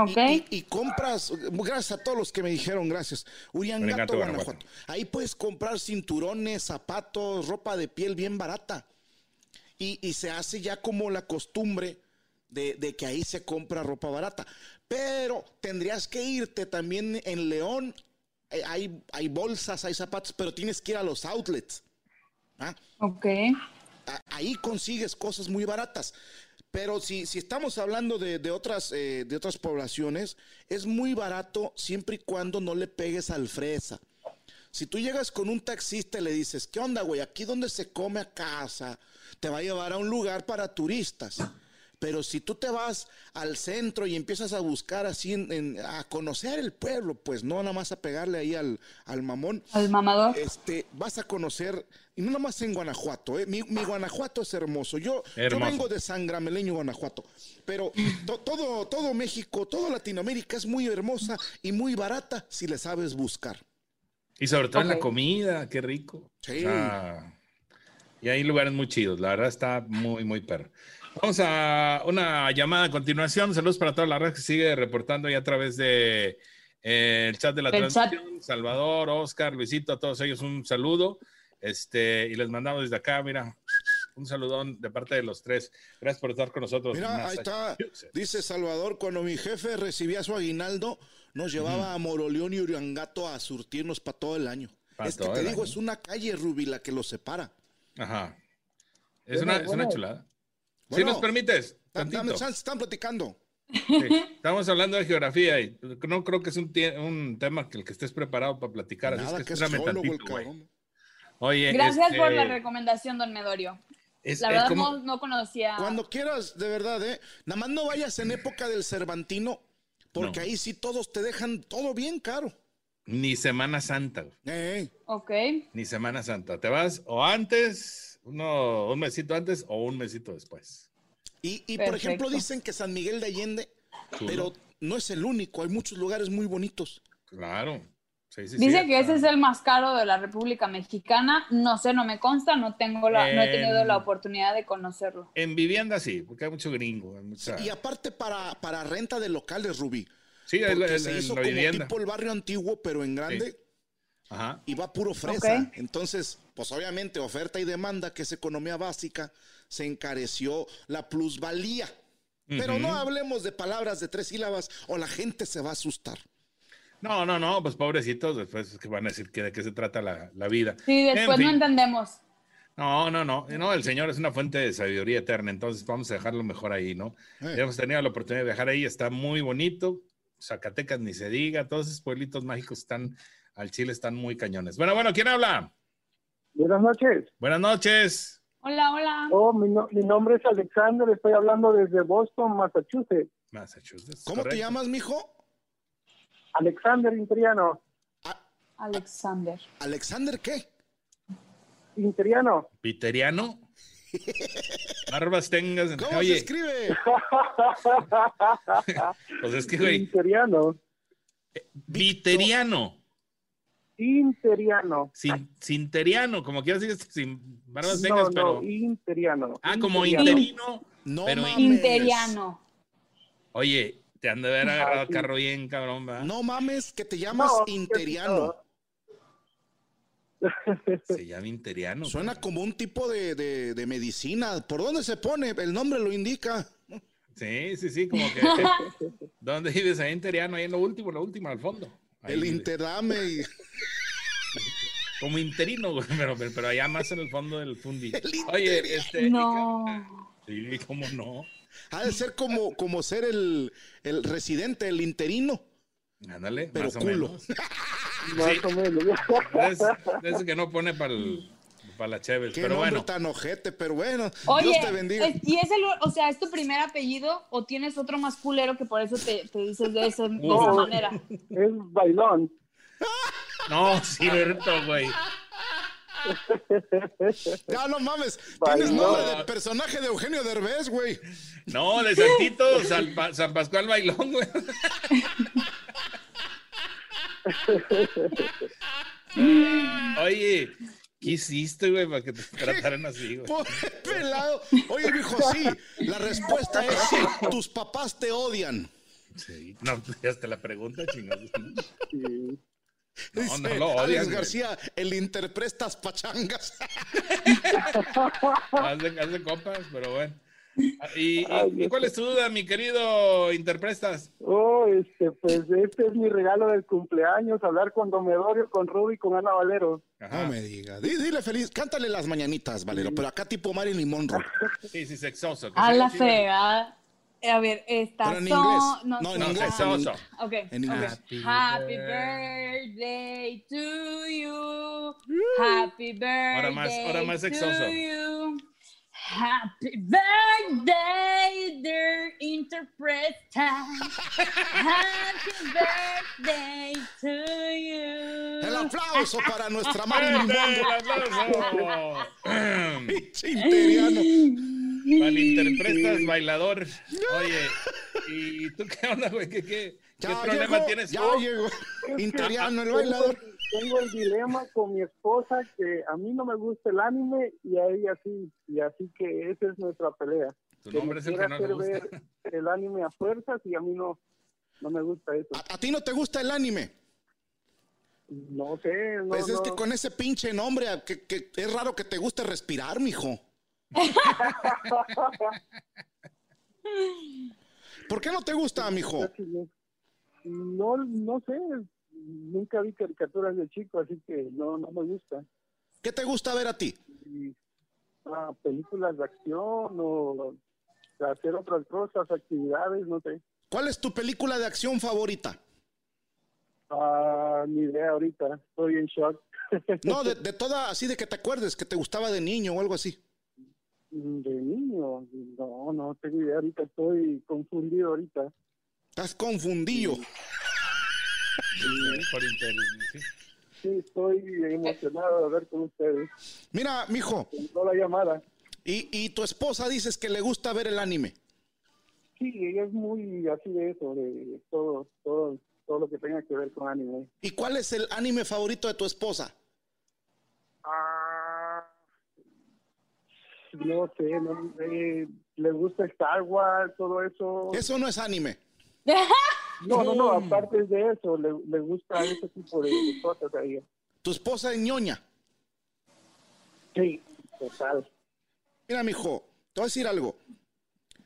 Speaker 5: Ok.
Speaker 3: Y, y compras, gracias a todos los que me dijeron, gracias. Uriangato,
Speaker 4: Uriangato,
Speaker 3: Guanajuato.
Speaker 4: Guanajuato.
Speaker 3: Ahí puedes comprar cinturones, zapatos, ropa de piel bien barata. Y, y se hace ya como la costumbre de, de que ahí se compra ropa barata. Pero tendrías que irte también en León. eh, Hay, hay bolsas, hay zapatos, pero tienes que ir a los outlets. ¿ah?
Speaker 5: Ok.
Speaker 3: a- ahí consigues cosas muy baratas. Pero si, si estamos hablando de, de otras, eh, de otras poblaciones, es muy barato siempre y cuando no le pegues al fresa. Si tú llegas con un taxista y le dices, ¿qué onda, güey? Aquí donde se come a casa, te va a llevar a un lugar para turistas. Pero si tú te vas al centro y empiezas a buscar así, en- en- a conocer el pueblo, pues no nada más a pegarle ahí al, al mamón,
Speaker 5: Al mamador.
Speaker 3: este, vas a conocer, y no nomás en Guanajuato, ¿eh? mi, mi Guanajuato es hermoso. Yo, yo
Speaker 4: Hermoso.
Speaker 3: vengo de San Grameleño, Guanajuato, pero to- todo, todo México, toda Latinoamérica es muy hermosa y muy barata si le sabes buscar.
Speaker 4: Y sobre todo en la
Speaker 5: Ok.
Speaker 4: comida, qué rico.
Speaker 3: Sí.
Speaker 4: y hay lugares muy chidos, la verdad está muy, muy perro. Vamos a una llamada a continuación. Saludos para toda la red que sigue reportando ya a través de eh, el chat de la
Speaker 5: El chat.
Speaker 4: transmisión. Salvador, Oscar, Luisito, a todos ellos un saludo. Este, y les mandamos desde acá, mira, un saludón de parte de los tres. Gracias por estar con nosotros.
Speaker 3: Mira, ahí está,
Speaker 4: Massachusetts.
Speaker 3: dice Salvador, cuando mi jefe recibía su aguinaldo, nos llevaba a Moroleón y Uriangato a surtirnos para todo el año.
Speaker 4: Pa'
Speaker 3: es que
Speaker 4: todo
Speaker 3: te
Speaker 4: el
Speaker 3: digo,
Speaker 4: año.
Speaker 3: es una calle, Ruby, la que los separa.
Speaker 4: Ajá. Es una, es una
Speaker 5: Bueno,
Speaker 4: chulada. si
Speaker 3: Bueno,
Speaker 4: nos permites,
Speaker 3: Tan- dame
Speaker 4: tantito.
Speaker 3: chance, están platicando.
Speaker 4: Sí, estamos hablando de geografía y no creo que es un, tie- un tema que el que estés preparado para platicar. Así
Speaker 3: Nada,
Speaker 4: es que,
Speaker 3: que es
Speaker 4: espérame
Speaker 3: geólogo el
Speaker 4: tantito, güey.
Speaker 3: cabrón.
Speaker 4: Oye,
Speaker 5: Gracias por
Speaker 4: este,
Speaker 5: la recomendación, don Medorio.
Speaker 4: es-
Speaker 5: La
Speaker 4: es
Speaker 5: verdad
Speaker 4: como-
Speaker 5: no, no conocía.
Speaker 3: Cuando quieras, de verdad, ¿eh? Nada más no vayas en época del Cervantino, Porque
Speaker 4: No.
Speaker 3: ahí sí todos te dejan todo bien caro.
Speaker 4: Ni Semana Santa, güey,
Speaker 3: Eh,
Speaker 5: Ok.
Speaker 4: ni Semana Santa. Te vas o antes, uno, un mesito antes o un mesito después.
Speaker 3: Y, y, por ejemplo
Speaker 5: Perfecto.
Speaker 3: dicen que San Miguel de Allende,
Speaker 4: Chulo.
Speaker 3: Ah, pero no es el único, hay muchos lugares muy bonitos.
Speaker 4: Claro. Sí, sí,
Speaker 5: Dice
Speaker 4: sí, ah.
Speaker 5: que ese
Speaker 4: hasta-
Speaker 5: es el más caro de la República Mexicana. No sé, no me consta, no tengo la, no he tenido
Speaker 4: Em.
Speaker 5: la oportunidad de conocerlo.
Speaker 4: En vivienda sí, porque hay mucho gringo. hay mucha-
Speaker 3: Y aparte para, para renta de locales, Rubí.
Speaker 4: sí, es
Speaker 3: Porque
Speaker 4: la, es
Speaker 3: se
Speaker 4: la-
Speaker 3: hizo
Speaker 4: la
Speaker 3: como
Speaker 4: vivienda.
Speaker 3: tipo el barrio antiguo, pero en grande,
Speaker 4: Ajá.
Speaker 3: y va puro fresa.
Speaker 5: Ok.
Speaker 3: Entonces, pues obviamente oferta y demanda, que es economía básica, se encareció la plusvalía. Pero no
Speaker 4: Ujú.
Speaker 3: hablemos de palabras de tres sílabas o la gente se va a asustar.
Speaker 4: No, no, no, pues pobrecitos, después es que van a decir que de qué se trata la, la vida.
Speaker 5: Sí,
Speaker 4: En
Speaker 5: después no
Speaker 4: fin.
Speaker 5: entendemos.
Speaker 4: No, no, no, no, el Señor es una fuente de sabiduría eterna, entonces vamos a dejarlo mejor ahí, ¿no?
Speaker 3: Eh.
Speaker 4: Ya hemos tenido la oportunidad de viajar ahí, está muy bonito, Zacatecas ni se diga, todos esos pueblitos mágicos están, al Chile están muy cañones. Bueno, bueno, ¿quién habla?
Speaker 6: Buenas noches.
Speaker 4: Buenas noches.
Speaker 5: Hola, hola.
Speaker 6: Oh, mi, no- mi nombre es Alexander, estoy hablando desde Boston, Massachusetts.
Speaker 4: Massachusetts.
Speaker 3: ¿Cómo te
Speaker 4: correcto.
Speaker 3: llamas, mijo?
Speaker 6: Alexander Intriano.
Speaker 3: A-
Speaker 5: Alexander.
Speaker 3: ¿Alexander qué?
Speaker 6: Intriano.
Speaker 4: Piteriano. Barbas tengas.
Speaker 3: ¿Cómo se
Speaker 4: Oye,
Speaker 3: escribe?
Speaker 4: pues es que, güey, eh,
Speaker 6: Interiano.
Speaker 4: Viteriano,
Speaker 6: Interiano.
Speaker 4: sin, sinteriano, como quieras decir, sin barbas tengas,
Speaker 6: No,
Speaker 4: pero.
Speaker 6: no, Interiano.
Speaker 4: Ah, como
Speaker 6: Interiano.
Speaker 4: interino.
Speaker 3: No
Speaker 4: Pero-
Speaker 3: mames.
Speaker 5: Interiano.
Speaker 4: Oye, te han de haber agarrado el
Speaker 6: sí.
Speaker 4: carro bien, cabrón, ¿verdad?
Speaker 3: No mames, que te llamas
Speaker 6: No,
Speaker 3: Interiano.
Speaker 4: Se llama interiano.
Speaker 3: Suena como un tipo de, de- de medicina. ¿Por dónde se pone? El nombre lo indica.
Speaker 4: Sí, sí, sí, como que. ¿Dónde vives ahí interiano? Ahí en lo último, lo último, al fondo. Ahí
Speaker 3: el
Speaker 4: vive.
Speaker 3: interame. y-
Speaker 4: Como interino, güey, pero, pero allá más en el fondo del fundi. Oye, este.
Speaker 5: No.
Speaker 4: Sí, cómo no.
Speaker 3: Ha de ser como, como ser el, el residente, el interino. Ah,
Speaker 4: Ándale,
Speaker 3: Pero
Speaker 4: más o
Speaker 3: culo.
Speaker 4: menos.
Speaker 6: Más o menos.
Speaker 4: Es, es que no pone para la Chévez,
Speaker 3: Qué
Speaker 4: pero
Speaker 3: nombre
Speaker 4: bueno.
Speaker 3: tan ojete, pero bueno.
Speaker 5: Oye,
Speaker 3: Dios te bendiga.
Speaker 5: es- ¿y es el, o sea, es tu primer apellido o tienes otro más culero que por eso te, te dices de, ese- de esa
Speaker 6: No.
Speaker 5: manera?
Speaker 6: Es bailón.
Speaker 4: No, cierto, güey.
Speaker 3: Ya no mames. Tienes
Speaker 6: Bailón.
Speaker 3: nombre de personaje de Eugenio Derbez, güey.
Speaker 4: No, de Santito, San, Pa- San Pascual Bailón, güey. Oye, ¿qué hiciste, güey, para que te trataran así, güey?
Speaker 3: Pobre pelado. este Oye, mijo, sí. La respuesta es sí. Tus papás te odian.
Speaker 4: Sí, no, pues, hasta la pregunta, chingados.
Speaker 6: Sí.
Speaker 4: No,
Speaker 3: Dice
Speaker 4: no lo odian,
Speaker 3: Alex
Speaker 4: güey.
Speaker 3: García, el interprestas pachangas.
Speaker 4: Haz de, haz de copas, pero bueno. ¿Y, y- y cuál es tu duda, mi querido interpretas?
Speaker 6: Oh, este, pues este es mi regalo del cumpleaños, hablar con Domedorio, con Ruby, con Ana Valero.
Speaker 4: Ajá.
Speaker 3: No me diga. Di- Dile feliz. Cántale las mañanitas, Valero. Pero acá tipo Marilyn Monroe.
Speaker 4: Sí, sí, sexoso. que
Speaker 5: A
Speaker 4: sea
Speaker 5: la
Speaker 4: chido.
Speaker 5: fregada. A ver, esta
Speaker 3: Pero en
Speaker 5: son-
Speaker 3: inglés.
Speaker 5: No,
Speaker 3: No, en
Speaker 5: sé.
Speaker 4: No,
Speaker 3: inglés.
Speaker 4: sexoso.
Speaker 5: Ok.
Speaker 3: En
Speaker 5: ok.
Speaker 3: inglés.
Speaker 5: Happy birthday to you. Happy birthday.
Speaker 4: Ahora más- ahora más sexoso.
Speaker 5: to you. Happy birthday, dear interpreter. Happy birthday to you.
Speaker 3: El aplauso para nuestra Marilyn
Speaker 4: ¡Fuerte
Speaker 3: Monroe.
Speaker 4: el ¿eh? aplauso!
Speaker 3: Pinche interiano.
Speaker 4: Malinterpretas, bailador. Oye, ¿y tú qué onda, güey? ¿Qué, qué, qué
Speaker 3: Ya
Speaker 4: problema
Speaker 3: llegó,
Speaker 4: tienes Oh.
Speaker 3: ya
Speaker 4: tú?
Speaker 3: llegó. Interiano, el bailador.
Speaker 6: Tengo, el- tengo el dilema con mi esposa que a mí no me gusta el anime y a ella sí, y así que esa es nuestra pelea.
Speaker 4: Tu nombre
Speaker 6: me
Speaker 4: es el que
Speaker 6: quiere
Speaker 4: no le
Speaker 6: hacer
Speaker 4: gusta.
Speaker 6: ver el anime a fuerzas y a mí no, no me gusta eso.
Speaker 3: ¿A, a ti no te gusta el anime?
Speaker 6: No sé, no,
Speaker 3: pues es
Speaker 6: no.
Speaker 3: que con ese pinche nombre, a- que, que es raro que te guste respirar, mijo. ¿Por qué no te gusta, mijo?
Speaker 6: casi no. No, no sé, nunca vi caricaturas de chico, así que no, no me gusta.
Speaker 3: ¿Qué te gusta ver a ti?
Speaker 6: Y, ah, películas de acción o hacer otras cosas, actividades, no sé.
Speaker 3: ¿Cuál es tu película de acción favorita?
Speaker 6: Ah, ni idea ahorita, estoy en shock.
Speaker 3: No, de, de toda, así de que te acuerdes, que te gustaba de niño o algo así.
Speaker 6: De niño, no, no tengo idea ahorita, estoy confundido ahorita.
Speaker 3: Estás confundido.
Speaker 4: Por interés, sí.
Speaker 6: Sí, estoy emocionado de hablar con ustedes.
Speaker 3: Mira, mijo,
Speaker 6: eh. Entró la llamada.
Speaker 3: y, y tu esposa dices que le gusta ver el anime.
Speaker 6: Sí, ella es muy así de eso, de todo, todo, todo lo que tenga que ver con anime.
Speaker 3: ¿Y cuál es el anime favorito de tu esposa?
Speaker 6: Ah, no sé, no, eh, le gusta Star Wars, todo eso.
Speaker 3: Eso no es anime.
Speaker 6: No, no, no, aparte de eso, le, le gusta ese tipo de de cosas a ella.
Speaker 3: Tu esposa es ñoña.
Speaker 6: Sí, total.
Speaker 3: Mira, mijo, te voy a decir algo.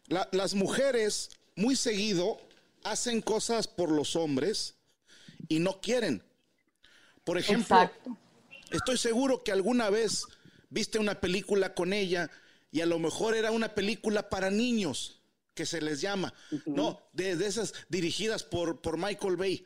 Speaker 3: La- las mujeres muy seguido hacen cosas por los hombres y no quieren. Por ejemplo,
Speaker 5: Exacto.
Speaker 3: estoy seguro que alguna vez viste una película con ella y a lo mejor era una película para niños, que se les llama, ¿no? De, de esas dirigidas por, por Michael Bay.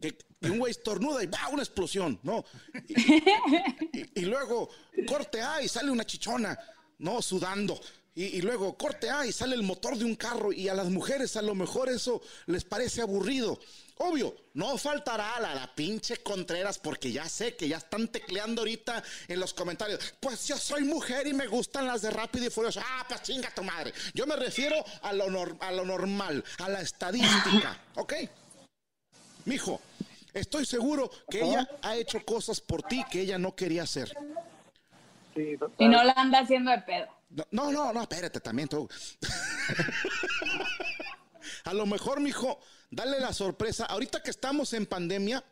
Speaker 3: Que, que un güey estornuda y va una explosión, ¿no? Y- y, y luego corte A y sale una chichona, no sudando. Y, y luego corte A y sale el motor de un carro. Y a las mujeres a lo mejor eso les parece aburrido. Obvio, no faltará la, la pinche Contreras porque ya sé que ya están tecleando ahorita en los comentarios. Pues yo soy mujer y me gustan las de Rápido y Furioso. Ah, pues chinga tu madre. Yo me refiero a lo, nor- a lo normal, a la estadística, ¿ok? Mijo, estoy seguro que ella ha hecho cosas por ti que ella no quería hacer.
Speaker 6: Sí, total.
Speaker 5: Y no la anda haciendo de pedo.
Speaker 3: No, no, no, no, espérate también tú. A lo mejor, mijo, dale la sorpresa. Ahorita que estamos en pandemia,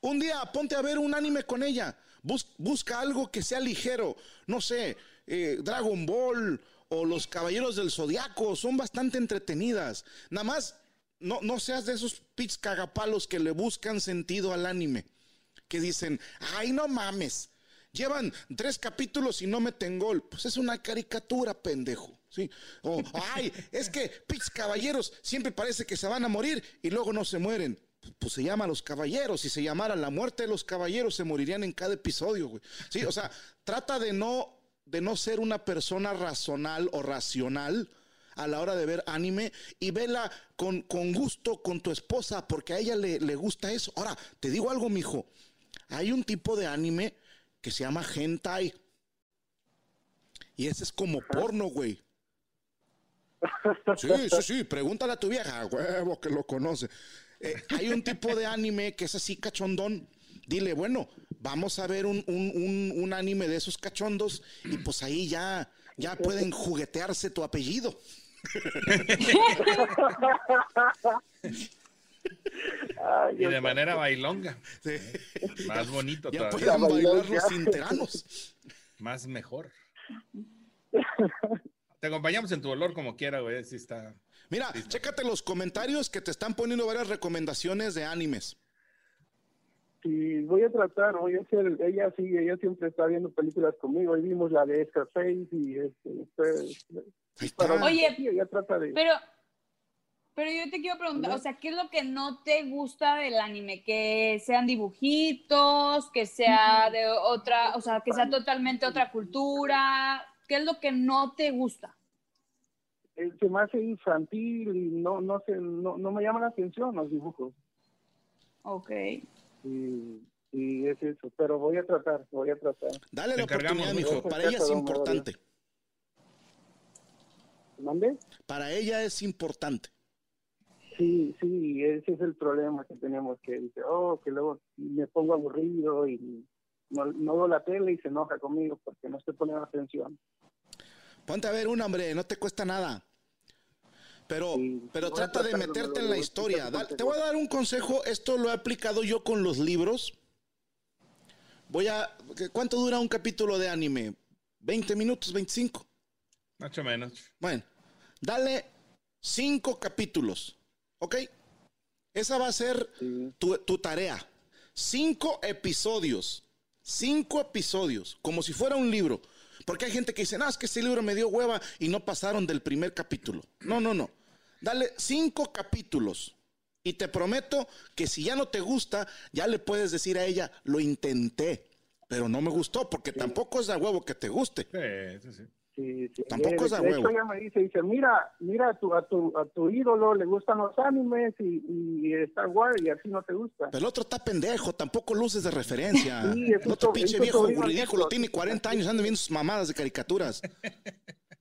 Speaker 3: un día ponte a ver un anime con ella. Bus- busca algo que sea ligero. No sé, eh, Dragon Ball o Los Caballeros del Zodiaco. Son bastante entretenidas. Nada más, no, no seas de esos pits cagapalos que le buscan sentido al anime que dicen, ay, no mames, llevan tres capítulos y no meten gol. Pues es una caricatura, pendejo. Sí. O, ay, es que pich caballeros siempre parece que se van a morir y luego no se mueren. Pues se llama Los Caballeros. Si se llamara La Muerte de los Caballeros, se morirían en cada episodio, güey. Sí, o sea, trata de no, de no ser una persona razonal o racional a la hora de ver anime y vela con, con gusto con tu esposa porque a ella le, le gusta eso. Ahora, te digo algo, mijo. Hay un tipo de anime que se llama hentai. Y ese es como porno, güey. Sí, sí, sí, pregúntale a tu vieja, a huevo, que lo conoce. Eh, hay un tipo de anime que es así cachondón. Dile, bueno, vamos a ver un, un- un- un anime de esos cachondos y pues ahí ya, ya pueden juguetearse tu apellido.
Speaker 6: Ay,
Speaker 4: Y de
Speaker 6: Dios.
Speaker 4: manera bailonga.
Speaker 3: Sí.
Speaker 4: Más bonito
Speaker 3: Ya
Speaker 4: todavía.
Speaker 3: pueden bailar
Speaker 6: bailar
Speaker 3: los
Speaker 6: ya.
Speaker 3: cinteranos.
Speaker 4: Más mejor. Te acompañamos en tu dolor como quiera, güey. Sí está.
Speaker 3: Mira, chécate los comentarios que te están poniendo varias recomendaciones de animes.
Speaker 6: Sí, voy a tratar, voy a hacer, ella sí, ella siempre está viendo películas conmigo, hoy vimos la de Scarface y este, fue-
Speaker 3: Ahí está.
Speaker 6: para-
Speaker 5: Oye,
Speaker 6: sí, ella trata de,
Speaker 5: Pero, pero yo te quiero preguntar, o sea, ¿qué es lo que no te gusta del anime? Que sean dibujitos, que sea de otra, o sea, que sea totalmente otra cultura. ¿Qué es lo que no te gusta?
Speaker 6: eh, se me hace infantil y no, no sé, no, no me llama la atención los dibujos
Speaker 5: Ok.
Speaker 6: y, y es eso, pero voy a tratar, voy a tratar.
Speaker 3: Dale
Speaker 4: Te
Speaker 3: la
Speaker 4: encargamos,
Speaker 3: oportunidad,
Speaker 4: güey.
Speaker 3: mijo. Para ella es
Speaker 6: Perdón,
Speaker 3: importante.
Speaker 6: ¿Mande?
Speaker 3: Para ella es importante.
Speaker 6: Sí, sí, ese es el problema que tenemos, que dice, oh, que luego me pongo aburrido y no, no veo la tele y se enoja conmigo porque no estoy poniendo atención.
Speaker 3: Ponte a ver un hombre, no te cuesta nada. Pero,
Speaker 6: Sí.
Speaker 3: pero
Speaker 6: Voy a
Speaker 3: trata de
Speaker 6: tratarlo,
Speaker 3: meterte
Speaker 6: pero
Speaker 3: en la
Speaker 6: voy a
Speaker 3: historia.
Speaker 6: escuchar tu
Speaker 3: Dale- te voy a dar un consejo. Esto lo he aplicado yo con los libros. Voy a. ¿Cuánto dura un capítulo de anime? ¿20 minutos? ¿25?
Speaker 4: Mucho menos.
Speaker 3: Bueno, dale cinco capítulos, ¿ok? Esa va a ser tu, tu tarea. Cinco episodios. Cinco episodios, como si fuera un libro. Porque hay gente que dice, no, es que ese libro me dio hueva y no pasaron del primer capítulo. No, no, no. Dale cinco capítulos. Y te prometo que si ya no te gusta, ya le puedes decir a ella, lo intenté, pero no me gustó, porque tampoco es de huevo que te guste.
Speaker 4: Sí, sí, sí.
Speaker 6: Sí, sí.
Speaker 3: Tampoco es a
Speaker 6: Eh, de hecho,
Speaker 3: huevo.
Speaker 6: ella me dice, dice, mira, mira a tu, a tu, a tu ídolo, le gustan los animes y, y está guay y así no te gusta.
Speaker 3: Pero el otro está pendejo, tampoco luces de referencia.
Speaker 6: Sí, es
Speaker 3: el
Speaker 6: un
Speaker 3: otro
Speaker 6: so-
Speaker 3: pinche
Speaker 6: es un
Speaker 3: viejo
Speaker 6: sobrino
Speaker 3: ridículo,
Speaker 6: nuestro.
Speaker 3: tiene 40 años, anda viendo sus mamadas de caricaturas.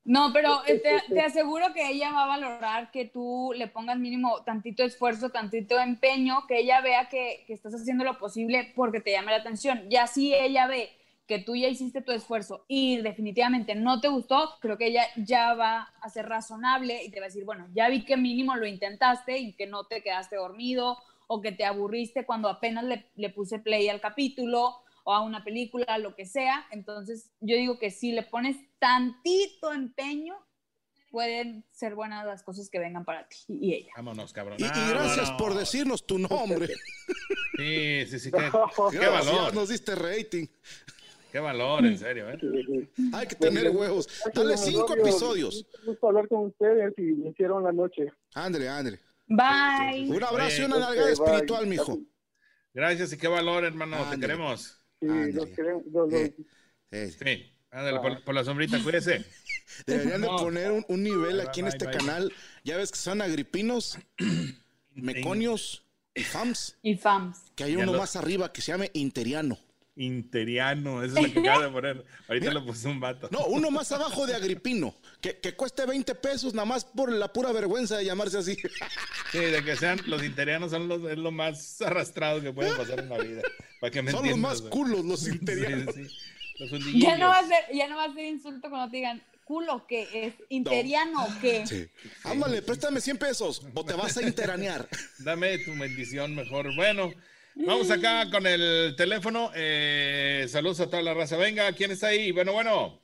Speaker 5: No, pero eh, te, te aseguro que ella va a valorar que tú le pongas mínimo tantito esfuerzo, tantito empeño, que ella vea que, que estás haciendo lo posible porque te llame la atención. Ya si ella ve que tú ya hiciste tu esfuerzo y definitivamente no te gustó, creo que ella ya va a ser razonable y te va a decir, bueno, ya vi que mínimo lo intentaste y que no te quedaste dormido o que te aburriste cuando apenas le, le puse play al capítulo o a una película, lo que sea. Entonces, yo digo que si le pones tantito empeño, pueden ser buenas las cosas que vengan para ti y ella.
Speaker 4: Vámonos, cabrón.
Speaker 3: Y, y gracias
Speaker 4: Vámonos.
Speaker 3: por decirnos tu nombre.
Speaker 4: Sí, sí, sí. Qué, qué
Speaker 3: Gracias,
Speaker 4: valor.
Speaker 3: Nos diste rating.
Speaker 4: Qué valor, en serio, ¿eh?
Speaker 3: Hay que tener
Speaker 6: Pues,
Speaker 3: huevos. Dale cinco episodios.
Speaker 6: Un gusto hablar con ustedes y me hicieron la noche.
Speaker 3: Andre, Andre.
Speaker 5: Bye.
Speaker 3: Un abrazo y una
Speaker 6: Ok,
Speaker 3: nalgada
Speaker 6: bye.
Speaker 3: espiritual, mijo.
Speaker 4: Gracias y qué valor, hermano. Te
Speaker 3: Ándale.
Speaker 4: queremos.
Speaker 6: Sí,
Speaker 3: Ándale.
Speaker 6: los queremos, los- los-
Speaker 3: Eh, eh,
Speaker 4: Sí. Ándale, por, por la sombrita, cuídese.
Speaker 3: deberían de
Speaker 4: No.
Speaker 3: poner un, un nivel
Speaker 4: Bye,
Speaker 3: aquí en
Speaker 4: bye,
Speaker 3: este
Speaker 4: bye.
Speaker 3: canal. Ya ves que son agripinos, meconios y fams.
Speaker 5: Y fams.
Speaker 3: Que hay
Speaker 4: Ya
Speaker 3: uno
Speaker 4: lo-
Speaker 3: más arriba que se llame interiano.
Speaker 4: Interiano, eso es lo que acaba de poner. Ahorita lo puso un vato.
Speaker 3: No, uno más abajo de agripino. Que, que cueste 20 pesos nada más por la pura vergüenza de llamarse así.
Speaker 4: Sí, de que sean los interianos son los, es lo más arrastrado que puede pasar en la vida. Para que me
Speaker 3: Son los
Speaker 4: entiendas,
Speaker 3: más
Speaker 4: güey.
Speaker 3: culos los interianos.
Speaker 4: Sí, sí. Los hundiguillos.
Speaker 5: Ya no, va a ser, ya no va a ser insulto cuando te digan culo que es interiano o qué.
Speaker 3: Sí. Ándale, préstame 100 pesos o te vas a interanear.
Speaker 4: Dame tu bendición mejor. Bueno, vamos acá con el teléfono. Eh, saludos a toda la raza. Venga, ¿quién está ahí? Bueno, bueno.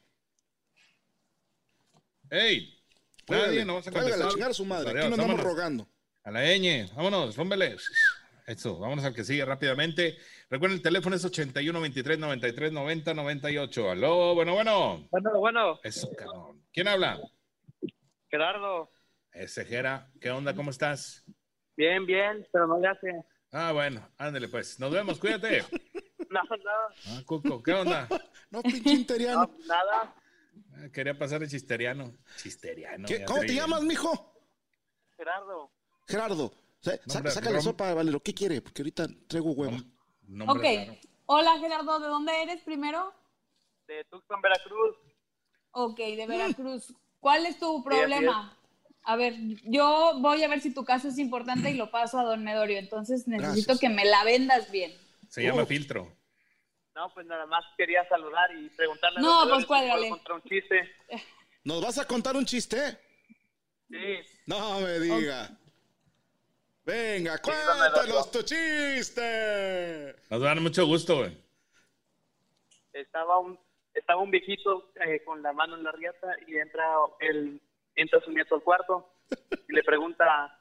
Speaker 4: ¡Ey! Nadie,
Speaker 3: Cuélgale,
Speaker 4: no vas a
Speaker 3: cuélgale,
Speaker 4: contestar.
Speaker 3: a chingar a su madre.
Speaker 4: Adiós,
Speaker 3: Aquí nos andamos
Speaker 4: vámonos.
Speaker 3: rogando.
Speaker 4: A la ñ, vámonos, rómbele. Eso, vámonos al que sigue rápidamente. Recuerden, el teléfono es 81 23 93 90 98. Aló, bueno, bueno.
Speaker 9: Bueno, bueno,
Speaker 4: Eso, cabrón. ¿Quién habla?
Speaker 9: Gerardo,
Speaker 4: Ese Jera, ¿qué onda? ¿Cómo estás?
Speaker 9: bien, bien, pero no le hace.
Speaker 4: Ah, bueno, ándale pues. Nos vemos, cuídate.
Speaker 9: No, no,
Speaker 4: Ah, Cuco, ¿qué onda?
Speaker 3: No, pinche interiano.
Speaker 9: no, nada.
Speaker 4: Ah, Quería pasar el chisteriano. Chisteriano.
Speaker 3: ¿Qué-
Speaker 4: ya
Speaker 3: ¿Cómo
Speaker 4: sé.
Speaker 3: te llamas, mijo?
Speaker 9: Gerardo,
Speaker 3: Gerardo. Sa- sa-
Speaker 4: Nombre
Speaker 3: sácale
Speaker 4: rom-
Speaker 3: sopa, Valero. ¿Qué quiere? Porque ahorita traigo hueva.
Speaker 4: Nombre
Speaker 5: Ok.
Speaker 4: raro.
Speaker 5: Hola Gerardo, ¿de dónde eres primero?
Speaker 9: de Tucson, Veracruz.
Speaker 5: Ok, de Veracruz. ¿Cuál es tu problema? A ver, yo voy a ver si tu caso es importante y lo paso a Don Medorio. Entonces necesito
Speaker 3: Gracias.
Speaker 5: que me la vendas bien.
Speaker 4: Se llama
Speaker 3: Uf.
Speaker 4: filtro.
Speaker 9: No, pues nada más quería saludar y preguntarle. a
Speaker 5: No, pues
Speaker 9: los jugadores
Speaker 5: cuélgale.
Speaker 9: si puedo contar un chiste.
Speaker 3: ¿Nos vas a contar un chiste?
Speaker 9: Sí,
Speaker 3: No me diga. Venga,
Speaker 9: dame, dame.
Speaker 3: cuéntanos tu chiste.
Speaker 4: Nos va a dar mucho gusto, güey.
Speaker 9: estaba un, estaba un viejito eh, con la mano en la riata y entra, el, entra su nieto al cuarto y le pregunta,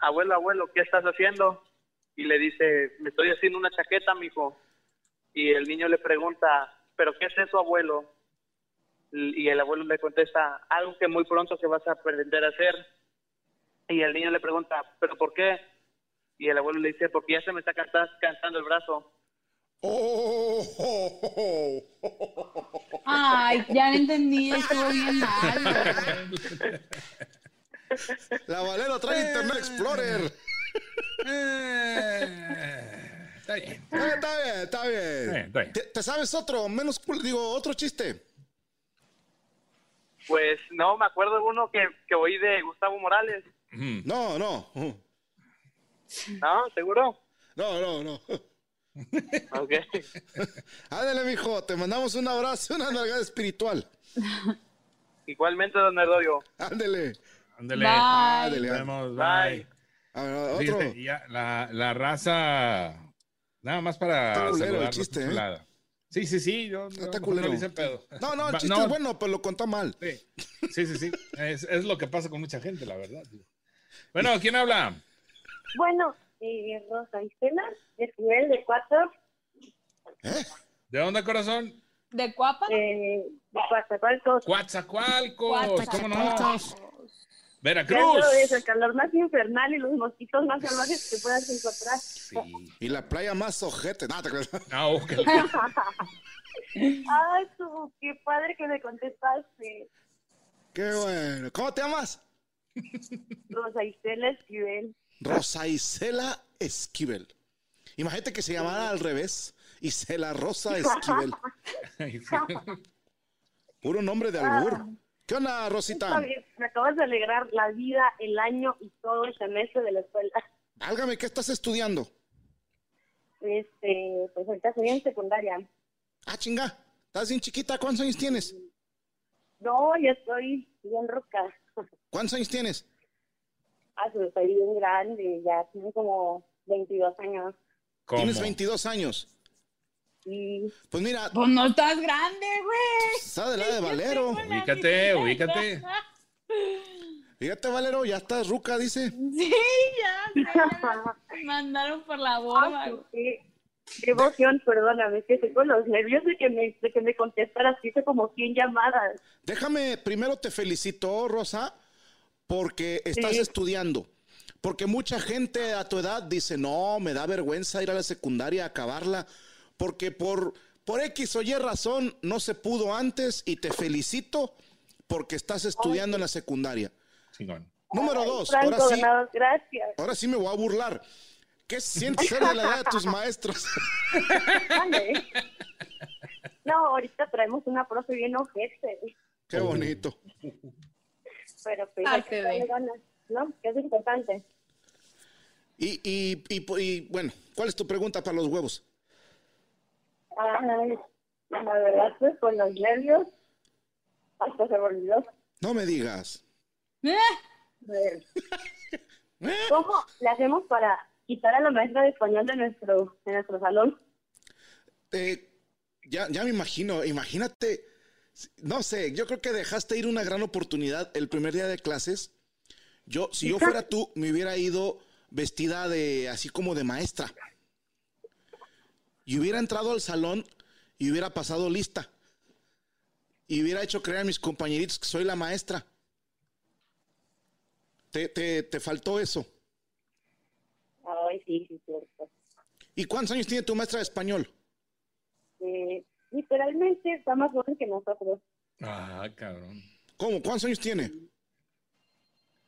Speaker 9: abuelo, abuelo, ¿qué estás haciendo? Y le dice, me estoy haciendo una chaqueta, mijo. Y el niño le pregunta, ¿pero qué es eso, abuelo? Y el abuelo le contesta, algo que muy pronto que vas a aprender a hacer. Y el niño le pregunta, ¿pero por qué? Y el abuelo le dice, porque ya se me está canta- cansando el brazo.
Speaker 3: Oh, oh, oh, oh, oh.
Speaker 5: Ay, ya lo entendí, estuvo bien mal.
Speaker 3: La Valero trae Internet Explorer.
Speaker 4: Eh, Está bien.
Speaker 3: Eh, está bien, está bien.
Speaker 4: Eh, está bien.
Speaker 3: ¿Te, te sabes otro? Menos, cul- digo, otro chiste.
Speaker 9: Pues no, me acuerdo de uno que, que oí de Gustavo Morales.
Speaker 4: Ujú.
Speaker 3: No, no.
Speaker 9: ¿No? ¿Seguro?
Speaker 3: No, no, no.
Speaker 9: Ok.
Speaker 3: Ándale, mijo. Te mandamos un abrazo, una nalgada espiritual.
Speaker 9: Igualmente, don Nerdorio.
Speaker 3: Ándale.
Speaker 4: Ándale.
Speaker 5: Bye.
Speaker 3: Ándale,
Speaker 4: Nos
Speaker 3: ándale.
Speaker 4: vemos,
Speaker 9: Bye.
Speaker 4: bye.
Speaker 3: A ver, Ah, otro.
Speaker 4: Fíjate, y ya, la, la raza, nada más para
Speaker 3: Está culero el
Speaker 4: saludarlos,
Speaker 3: chiste, ¿eh?
Speaker 4: chulada. Sí, sí, sí, yo, yo
Speaker 3: Está
Speaker 4: mejor
Speaker 3: culero.
Speaker 4: no le hice el pedo.
Speaker 3: No, no, el
Speaker 4: Va-
Speaker 3: chiste es bueno, pero lo contó mal.
Speaker 4: Sí, sí, sí, sí. Es, es lo que pasa con mucha gente, la verdad. Bueno, ¿quién habla?
Speaker 7: Bueno, eh, Rosa Isela, es nivel de cuatro,
Speaker 3: ¿Eh?
Speaker 4: ¿De dónde, corazón?
Speaker 5: ¿De Cuapa?
Speaker 7: eh, de Coatzacoalcos.
Speaker 4: Coatzacoalcos, ¿cómo no?
Speaker 2: Coatzacoalcos.
Speaker 4: Veracruz.
Speaker 7: Dentro es el calor más infernal y los mosquitos más salvajes que puedas encontrar.
Speaker 4: Sí.
Speaker 3: Y la playa más ojete. Nada, te creas.
Speaker 4: Ah, ok.
Speaker 7: Ay, tú, qué padre que me contestaste.
Speaker 3: Qué bueno. ¿Cómo te llamas?
Speaker 7: Rosa Isela Esquivel.
Speaker 3: Rosa Isela Esquivel. Imagínate que se llamara al revés. Isela Rosa Esquivel. Puro nombre de albur. ¿Qué onda,
Speaker 7: Está
Speaker 3: Rosita?
Speaker 7: bien, Me acabas de alegrar la vida, el año y todo el semestre de la escuela.
Speaker 3: Válgame, ¿qué estás estudiando?
Speaker 7: Este, pues ahorita soy en secundaria.
Speaker 3: Ah, chinga. Estás bien chiquita. ¿Cuántos años tienes?
Speaker 7: No, yo estoy bien roca.
Speaker 3: ¿Cuántos años tienes?
Speaker 7: Ah, sí, estoy bien grande, ya tengo como 22 años.
Speaker 4: ¿Cómo?
Speaker 3: Tienes 22 años.
Speaker 7: Y
Speaker 3: Pues mira,
Speaker 5: Pues no estás grande, güey.
Speaker 3: está de la de Valero. Eh,
Speaker 4: Ubícate, ubícate.
Speaker 3: Fíjate, Valero, ya estás ruca, dice.
Speaker 5: Sí, ya, sé, ya me mandaron por la borda.
Speaker 7: Ay, qué, qué emoción, perdóname, es que estoy con los nervios de que me, de que me contestaras, que hice como 100 llamadas.
Speaker 3: Déjame, primero te felicito, Rosa, porque estás
Speaker 7: Sí.
Speaker 3: estudiando. Porque mucha gente a tu edad dice, no, me da vergüenza ir a la secundaria a acabarla, porque por, por X o Y razón no se pudo antes y te felicito porque estás estudiando en la secundaria.
Speaker 4: Chingón.
Speaker 3: Número
Speaker 7: Ay,
Speaker 3: dos,
Speaker 7: Franco,
Speaker 3: Pues, ahora sí,
Speaker 7: Granados, gracias.
Speaker 3: ahora sí me voy a burlar. ¿Qué sientes ser de la edad de tus maestros?
Speaker 7: Vale. No, ahorita traemos una profe bien ojete,
Speaker 3: Qué bonito.
Speaker 7: pero pues
Speaker 5: Ay,
Speaker 7: hay que
Speaker 5: bebé.
Speaker 7: echarle ganas, ¿no? Que es importante.
Speaker 3: Y, y, y, y bueno, ¿cuál es tu pregunta para los huevos?
Speaker 7: Ay, Ah, la verdad, pues con los nervios, hasta se me olvidó.
Speaker 3: No me digas.
Speaker 7: Eh, ¿Cómo le hacemos para quitar a la maestra de español de nuestro, de nuestro salón?
Speaker 3: Eh, ya, ya me imagino, imagínate, no sé, yo creo que dejaste ir una gran oportunidad el primer día de clases. Yo, si yo fuera tú, me hubiera ido vestida de así como de maestra. Y hubiera entrado al salón y hubiera pasado lista. Y hubiera hecho creer a mis compañeritos que soy la maestra. Te, te, te faltó eso.
Speaker 7: Ay, sí, sí, cierto.
Speaker 3: ¿Y cuántos años tiene tu maestra de español?
Speaker 7: Eh, literalmente está más joven que nosotros.
Speaker 4: Ah, cabrón.
Speaker 3: ¿Cómo? ¿Cuántos años tiene?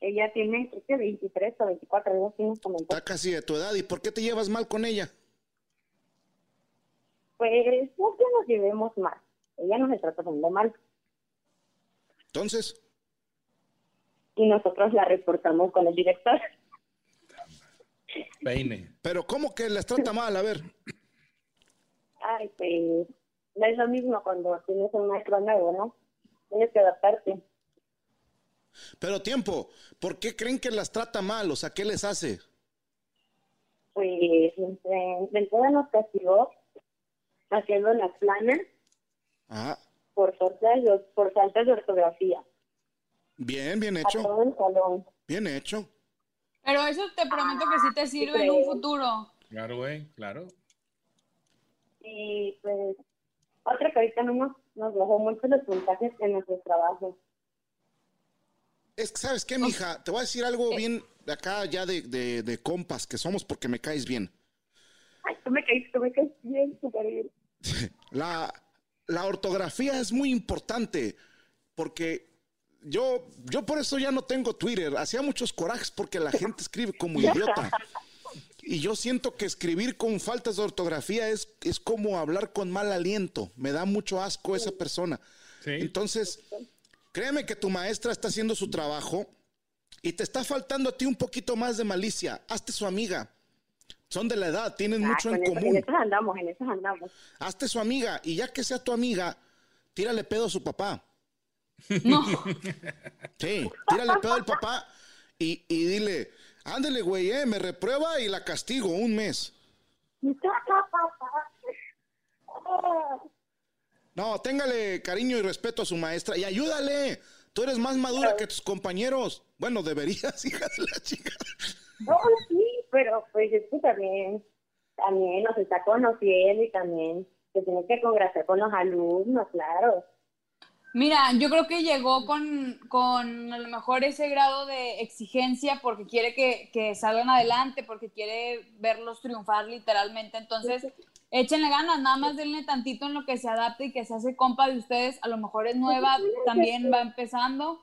Speaker 7: Ella tiene, creo que 23 o 24, no sé, nos comentó.
Speaker 3: Está casi de tu edad. ¿Y por qué te llevas mal con ella?
Speaker 7: Pues no que nos llevemos mal. Ella nos está tratando mal.
Speaker 3: Entonces,
Speaker 7: Y nosotros la reportamos con el director.
Speaker 4: Peine.
Speaker 3: pero ¿cómo que las trata mal? A ver,
Speaker 7: Ay, pues no es lo mismo cuando tienes un maestro nuevo, ¿no? Tienes que adaptarte.
Speaker 3: pero tiempo, ¿por qué creen que las trata mal? O sea, ¿qué les hace?
Speaker 7: Pues de de entrada nos castigó haciendo las planas
Speaker 3: Ah,
Speaker 7: por faltas de, por faltas de ortografía.
Speaker 3: bien, bien
Speaker 7: A
Speaker 3: hecho,
Speaker 7: todo el salón.
Speaker 3: bien hecho.
Speaker 5: Pero eso te prometo que sí te sirve en un futuro.
Speaker 4: Claro, güey, claro.
Speaker 7: Y pues, otra que ahorita no nos, nos bajó mucho los puntajes en nuestros trabajos.
Speaker 3: Es que, ¿sabes qué, mija? Te voy a decir algo bien de acá, ya de, de- de compas que somos porque me caes bien.
Speaker 7: Ay, tú me caíste, tú me caíste bien, súper bien.
Speaker 3: La, la ortografía es muy importante porque yo, yo por eso ya no tengo Twitter. Hacía muchos corajes porque la gente escribe como idiota. Y yo siento que escribir con faltas de ortografía es, es como hablar con mal aliento. Me da mucho asco esa persona.
Speaker 4: Sí.
Speaker 3: Entonces, créeme que tu maestra está haciendo su trabajo y te está faltando a ti un poquito más de malicia. Hazte su amiga. Son de la edad, tienen mucho
Speaker 7: Ah,
Speaker 3: en
Speaker 7: con eso-
Speaker 3: común.
Speaker 7: En esas andamos, en esas andamos.
Speaker 3: Hazte su amiga y ya que sea tu amiga, tírale pedo a su papá.
Speaker 5: No,
Speaker 3: Sí, tírale pedo al papá y, y dile, ándele, güey, eh, me reprueba y la castigo un mes. No, téngale cariño y respeto a su maestra y ayúdale. Tú eres más madura que tus compañeros. Bueno, deberías, hija de la chica.
Speaker 7: No, sí, pero pues es que también, también nos está conociendo y también se tiene que congraciar con los alumnos, claro.
Speaker 5: mira, yo creo que llegó con, con a lo mejor ese grado de exigencia porque quiere que, que salgan adelante, porque quiere verlos triunfar literalmente. Entonces, Échenle ganas, nada más denle tantito en lo que se adapte y que se hace compa de ustedes. A lo mejor es nueva, también va empezando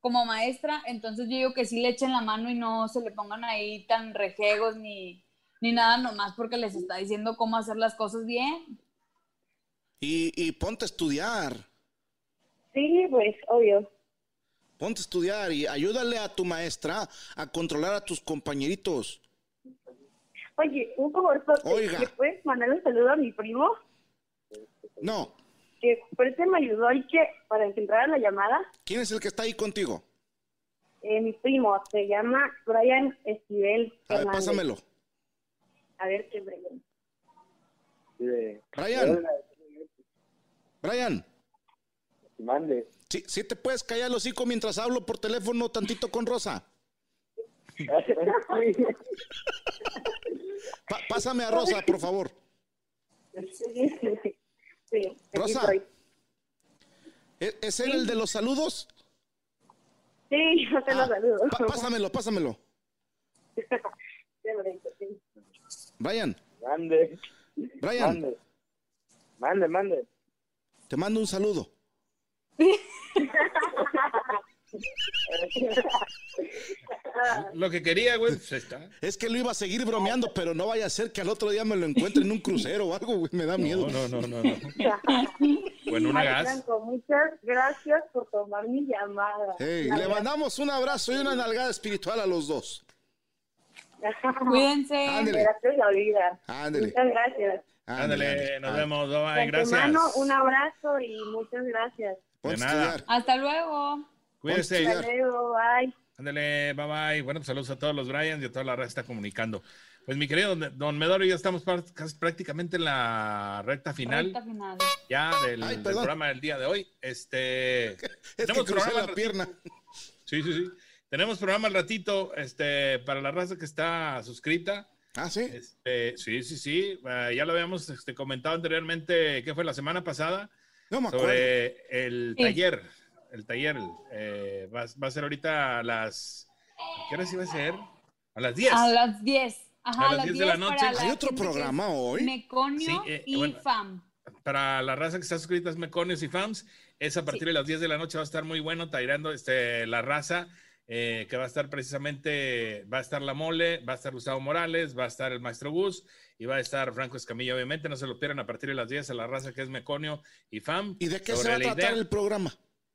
Speaker 5: como maestra. Entonces yo digo que sí le echen la mano y no se le pongan ahí tan rejegos ni, ni nada nomás porque les está diciendo cómo hacer las cosas bien.
Speaker 3: Y, y ponte a estudiar,
Speaker 7: Sí, pues, obvio.
Speaker 3: ponte a estudiar y ayúdale a tu maestra a controlar a tus compañeritos.
Speaker 7: Oye, un favor,
Speaker 3: Oiga.
Speaker 7: ¿le puedes mandar un saludo a mi primo?
Speaker 3: No,
Speaker 7: Que por eso me ayudó y que para que entrara la llamada,
Speaker 3: ¿quién es el que está ahí contigo?
Speaker 7: eh, mi primo se llama Brian Esquivel.
Speaker 3: A ver,
Speaker 7: Fernández.
Speaker 3: pásamelo.
Speaker 7: A ver qué Brian.
Speaker 6: Eh,
Speaker 3: Brian, Brian,
Speaker 6: mande.
Speaker 3: si te puedes callar el hocico mientras hablo por teléfono tantito con Rosa. Pa- pásame a Rosa, por favor.
Speaker 7: Sí, aquí
Speaker 3: Rosa.
Speaker 7: estoy.
Speaker 3: ¿E- ¿Es él el de los saludos?
Speaker 7: Sí, yo te lo
Speaker 3: Ah,
Speaker 7: saludo.
Speaker 3: pa- pásamelo, pásamelo.
Speaker 7: Sí, Lorenzo, sí.
Speaker 3: Brian,
Speaker 6: Mande.
Speaker 3: Brian,
Speaker 6: Mande, mande.
Speaker 3: te mando un saludo.
Speaker 4: Lo que quería, güey, pues ahí está.
Speaker 3: Es que lo iba a seguir bromeando, pero no vaya a ser que al otro día me lo encuentre en un crucero o algo, güey, me da miedo.
Speaker 4: No, no, no, no. no. Bueno, una
Speaker 7: Ay,
Speaker 4: gas.
Speaker 7: Franco, muchas gracias por tomar mi llamada.
Speaker 3: Ey,
Speaker 7: La
Speaker 3: le
Speaker 7: verdad.
Speaker 3: mandamos un abrazo y una nalgada espiritual a los dos.
Speaker 5: Cuídense.
Speaker 3: Ándele,
Speaker 7: Gracias, la vida.
Speaker 3: ándele,
Speaker 7: Muchas gracias.
Speaker 4: Ándale, nos vemos. Bye, bye,
Speaker 7: De
Speaker 4: gracias.
Speaker 7: antemano, un abrazo y muchas gracias.
Speaker 3: Ponte a
Speaker 4: De nada.
Speaker 3: estudiar.
Speaker 5: Hasta luego.
Speaker 4: Cuídense.
Speaker 7: Hasta luego, bye.
Speaker 4: Ándale, bye bye. Bueno, pues saludos a todos los Bryans y a toda la raza que está comunicando. Pues mi querido don, don Medorio, ya estamos par- casi prácticamente en la recta final
Speaker 5: Recta final.
Speaker 4: ya del,
Speaker 3: Ay,
Speaker 4: del
Speaker 3: perdón.
Speaker 4: programa del día de hoy. Este,
Speaker 3: Es que
Speaker 4: tenemos
Speaker 3: crucé
Speaker 4: programa
Speaker 3: la pierna.
Speaker 4: Sí, sí, sí. Tenemos programa al ratito, este, para la raza que está suscrita.
Speaker 3: Ah, sí.
Speaker 4: Este, sí, sí, sí. Eh, ya lo habíamos este, comentado anteriormente, que fue la semana pasada,
Speaker 3: No me acuerdo.
Speaker 4: sobre el
Speaker 5: Sí.
Speaker 4: taller. El taller eh, va, va a ser ahorita a las. ¿a ¿Qué hora iba a ser? A las 10.
Speaker 5: A las 10. Ajá, a las 10
Speaker 4: de la noche.
Speaker 5: para
Speaker 4: Hay
Speaker 5: la
Speaker 3: Hay otro
Speaker 5: gente que
Speaker 3: programa
Speaker 5: es
Speaker 3: hoy.
Speaker 5: Meconio
Speaker 4: Sí, eh,
Speaker 5: y
Speaker 4: bueno.
Speaker 5: FAM.
Speaker 4: Para la raza que está suscrita es Meconios y FAMS. Es a partir
Speaker 5: Sí.
Speaker 4: de las 10 de la noche. Va a estar muy bueno tairando este, la raza. eh, que va a estar precisamente, va a estar La Mole, va a estar Gustavo Morales, va a estar el Maestro Gus y va a estar Franco Escamilla, obviamente, no se lo pierdan a partir de las 10 a la raza que es Meconio y FAM.
Speaker 3: ¿Y de qué se
Speaker 4: sobre
Speaker 3: va a
Speaker 4: la
Speaker 3: tratar
Speaker 4: idea.
Speaker 3: el programa?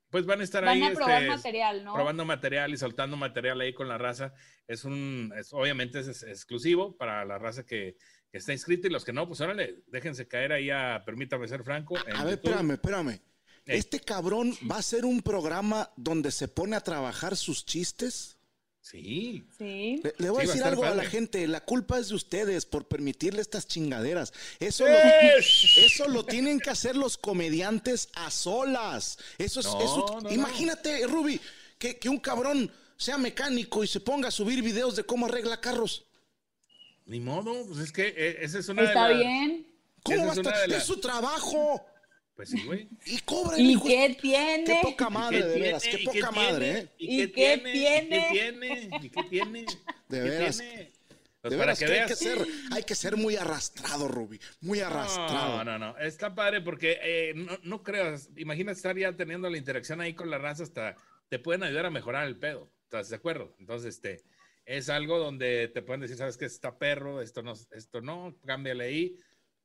Speaker 4: Pues van a estar ahí
Speaker 5: Van a probar
Speaker 4: este,
Speaker 5: material, ¿no?
Speaker 4: probando material y soltando material ahí con la raza. Es un, es- obviamente es, es exclusivo para la raza que, que está inscrita y los que no, pues órale, déjense caer ahí a Permítame Ser Franco. en
Speaker 3: A ver,
Speaker 4: YouTube.
Speaker 3: espérame, espérame.
Speaker 4: Ey.
Speaker 3: ¿Este cabrón va a hacer un programa donde se pone a trabajar sus chistes?
Speaker 4: Sí,
Speaker 5: Sí.
Speaker 3: Le,
Speaker 4: Sí,
Speaker 3: le voy a
Speaker 4: va a
Speaker 3: decir
Speaker 4: estar
Speaker 3: algo a la
Speaker 4: padre.
Speaker 3: gente. La culpa es de ustedes por permitirle estas chingaderas. Eso,
Speaker 4: ¡Esh!
Speaker 3: lo, eso lo tienen que hacer los comediantes a solas. Eso es.
Speaker 4: No,
Speaker 3: eso-
Speaker 4: no, no.
Speaker 3: imagínate, Ruby, que, que un cabrón sea mecánico y se ponga a subir videos de cómo arregla carros.
Speaker 4: ni modo, pues es que eh, esa es una de
Speaker 5: Está
Speaker 4: las-
Speaker 5: bien.
Speaker 3: ¿Cómo
Speaker 4: Esa
Speaker 3: va a
Speaker 4: es una
Speaker 3: estar?
Speaker 4: de
Speaker 3: Es
Speaker 4: las-
Speaker 3: su trabajo.
Speaker 4: Pues sí, güey.
Speaker 3: Y cobra el
Speaker 5: ¿Y
Speaker 3: hijo de-
Speaker 5: qué
Speaker 3: Qué
Speaker 5: tiene?
Speaker 3: poca madre, de
Speaker 4: tiene?
Speaker 3: veras. Qué
Speaker 4: ¿Y
Speaker 3: poca
Speaker 4: tiene?
Speaker 3: madre, ¿eh?
Speaker 4: ¿Y qué tiene? ¿Y qué tiene? ¿Y qué tiene?
Speaker 3: De
Speaker 4: ¿Qué
Speaker 3: veras.
Speaker 4: tiene?
Speaker 3: De
Speaker 4: Pues para
Speaker 3: veras
Speaker 4: que
Speaker 3: que hay,
Speaker 4: veas.
Speaker 3: que ser, hay que ser muy arrastrado, Ruby. Muy
Speaker 4: No,
Speaker 3: arrastrado.
Speaker 4: no, no. Está padre porque eh, no, no creas. Imagina estar ya teniendo la interacción ahí con la raza hasta te pueden ayudar a mejorar el pedo. ¿Estás de acuerdo? Entonces, este es algo donde te pueden decir, sabes que está perro, esto no, esto no, cámbiale ahí.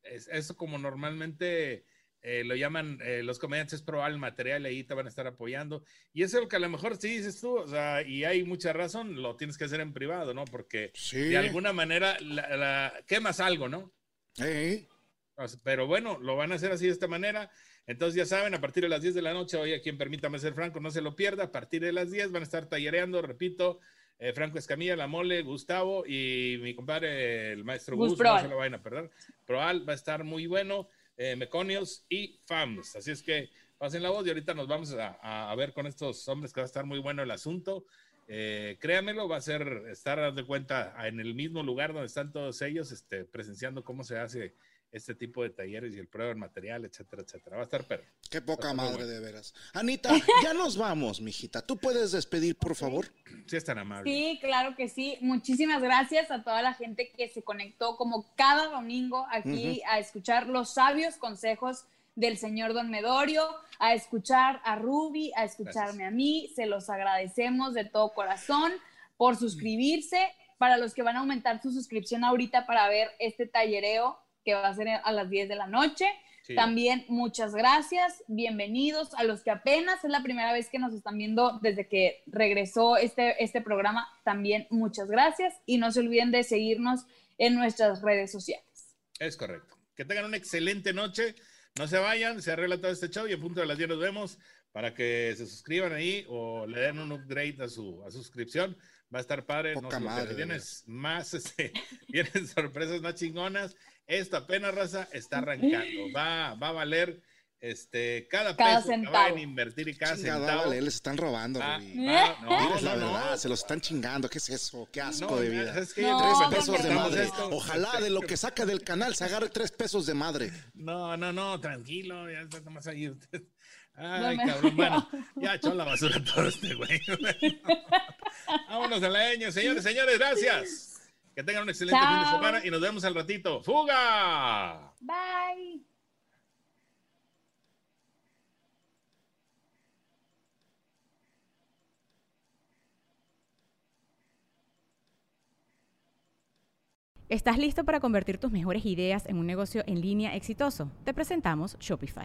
Speaker 4: Es, eso como normalmente eh, lo llaman eh, los comediantes, es probar el material ahí, te van a estar apoyando. Y eso es lo que a lo mejor sí dices tú, o sea, y hay mucha razón, lo tienes que hacer en privado, ¿no? Porque
Speaker 3: Sí.
Speaker 4: de alguna manera la- la- quemas algo, ¿no?
Speaker 3: Ey,
Speaker 4: O sea, Pero bueno, lo van a hacer así de esta manera. Entonces ya saben, a partir de las 10 de la noche, hoy a quien permítame ser franco, no se lo pierda. A partir de las 10 van a estar tallereando, repito, eh, Franco Escamilla, La Mole, Gustavo y mi compadre, el maestro
Speaker 5: Gus
Speaker 4: Gus, no
Speaker 5: Proal.
Speaker 4: se lo vayan a perder. Proal va a estar muy bueno, eh, Meconios y FAMS. Así es que pasen la voz y ahorita nos vamos a, a- a ver con estos hombres que va a estar muy bueno el asunto. Eh, créanmelo, va a ser estar haz de cuenta en el mismo lugar donde están todos ellos, este, presenciando cómo se hace este tipo de talleres y el prueba del material, etcétera, etcétera. Va a estar perro.
Speaker 3: Qué poca
Speaker 4: Está muy
Speaker 3: madre,
Speaker 4: bueno.
Speaker 3: de veras. Anita, ya nos vamos, mijita. ¿Tú puedes despedir, por favor?
Speaker 4: Sí, es tan amable.
Speaker 5: Sí, claro que sí. Muchísimas gracias a toda la gente que se conectó como cada domingo aquí a escuchar los sabios consejos del señor Don Medorio, a escuchar a Ruby, a escucharme a mí. Se los agradecemos de todo corazón por suscribirse. Para los que van a aumentar su suscripción ahorita para ver este tallereo que va a ser a las 10 de la noche.
Speaker 4: Sí.
Speaker 5: También muchas gracias, bienvenidos a los que apenas es la primera vez que nos están viendo desde que regresó este, este programa, también muchas gracias y no se olviden de seguirnos en nuestras redes sociales.
Speaker 4: Es correcto. Que tengan una excelente noche. No se vayan, se arregla todo este show y a punto de las 10 nos vemos para que se suscriban ahí o le den un upgrade a su a su suscripción. Va a estar padre. no
Speaker 3: Poca
Speaker 4: se lo
Speaker 3: madre,
Speaker 4: pierdan.
Speaker 3: de
Speaker 4: Vienes más, este, vienen sorpresas más chingonas. Esta pena raza está arrancando. Va, va a valer este, cada,
Speaker 5: Cada
Speaker 4: peso que
Speaker 5: centavo.
Speaker 4: vayan a invertir y cada
Speaker 3: Chingada,
Speaker 4: centavo.
Speaker 3: vale, les están robando,
Speaker 4: va-
Speaker 3: Rubí.
Speaker 4: va-
Speaker 3: Diles la
Speaker 4: Ah, no, no,
Speaker 3: verdad,
Speaker 4: no.
Speaker 3: se los están chingando. ¿Qué es eso? Qué asco
Speaker 4: No,
Speaker 3: de vida.
Speaker 4: es que
Speaker 5: No,
Speaker 3: Tres
Speaker 5: don
Speaker 3: pesos de
Speaker 5: Medorio.
Speaker 3: madre.
Speaker 4: Esto-
Speaker 3: Ojalá de lo que saca del canal se agarre tres pesos de madre.
Speaker 4: No, no, no, tranquilo, ya está nomás ahí usted. Ay,
Speaker 5: No me-
Speaker 4: cabrón, bueno, ya echó la basura todo este güey. Vámonos a la ñ, señores, señores, gracias. Que tengan un excelente fin de
Speaker 5: Chao.
Speaker 4: semana y nos vemos al ratito. ¡Fuga!
Speaker 5: Bye.
Speaker 2: ¿Estás listo para convertir tus mejores ideas en un negocio en línea exitoso? Te presentamos Shopify.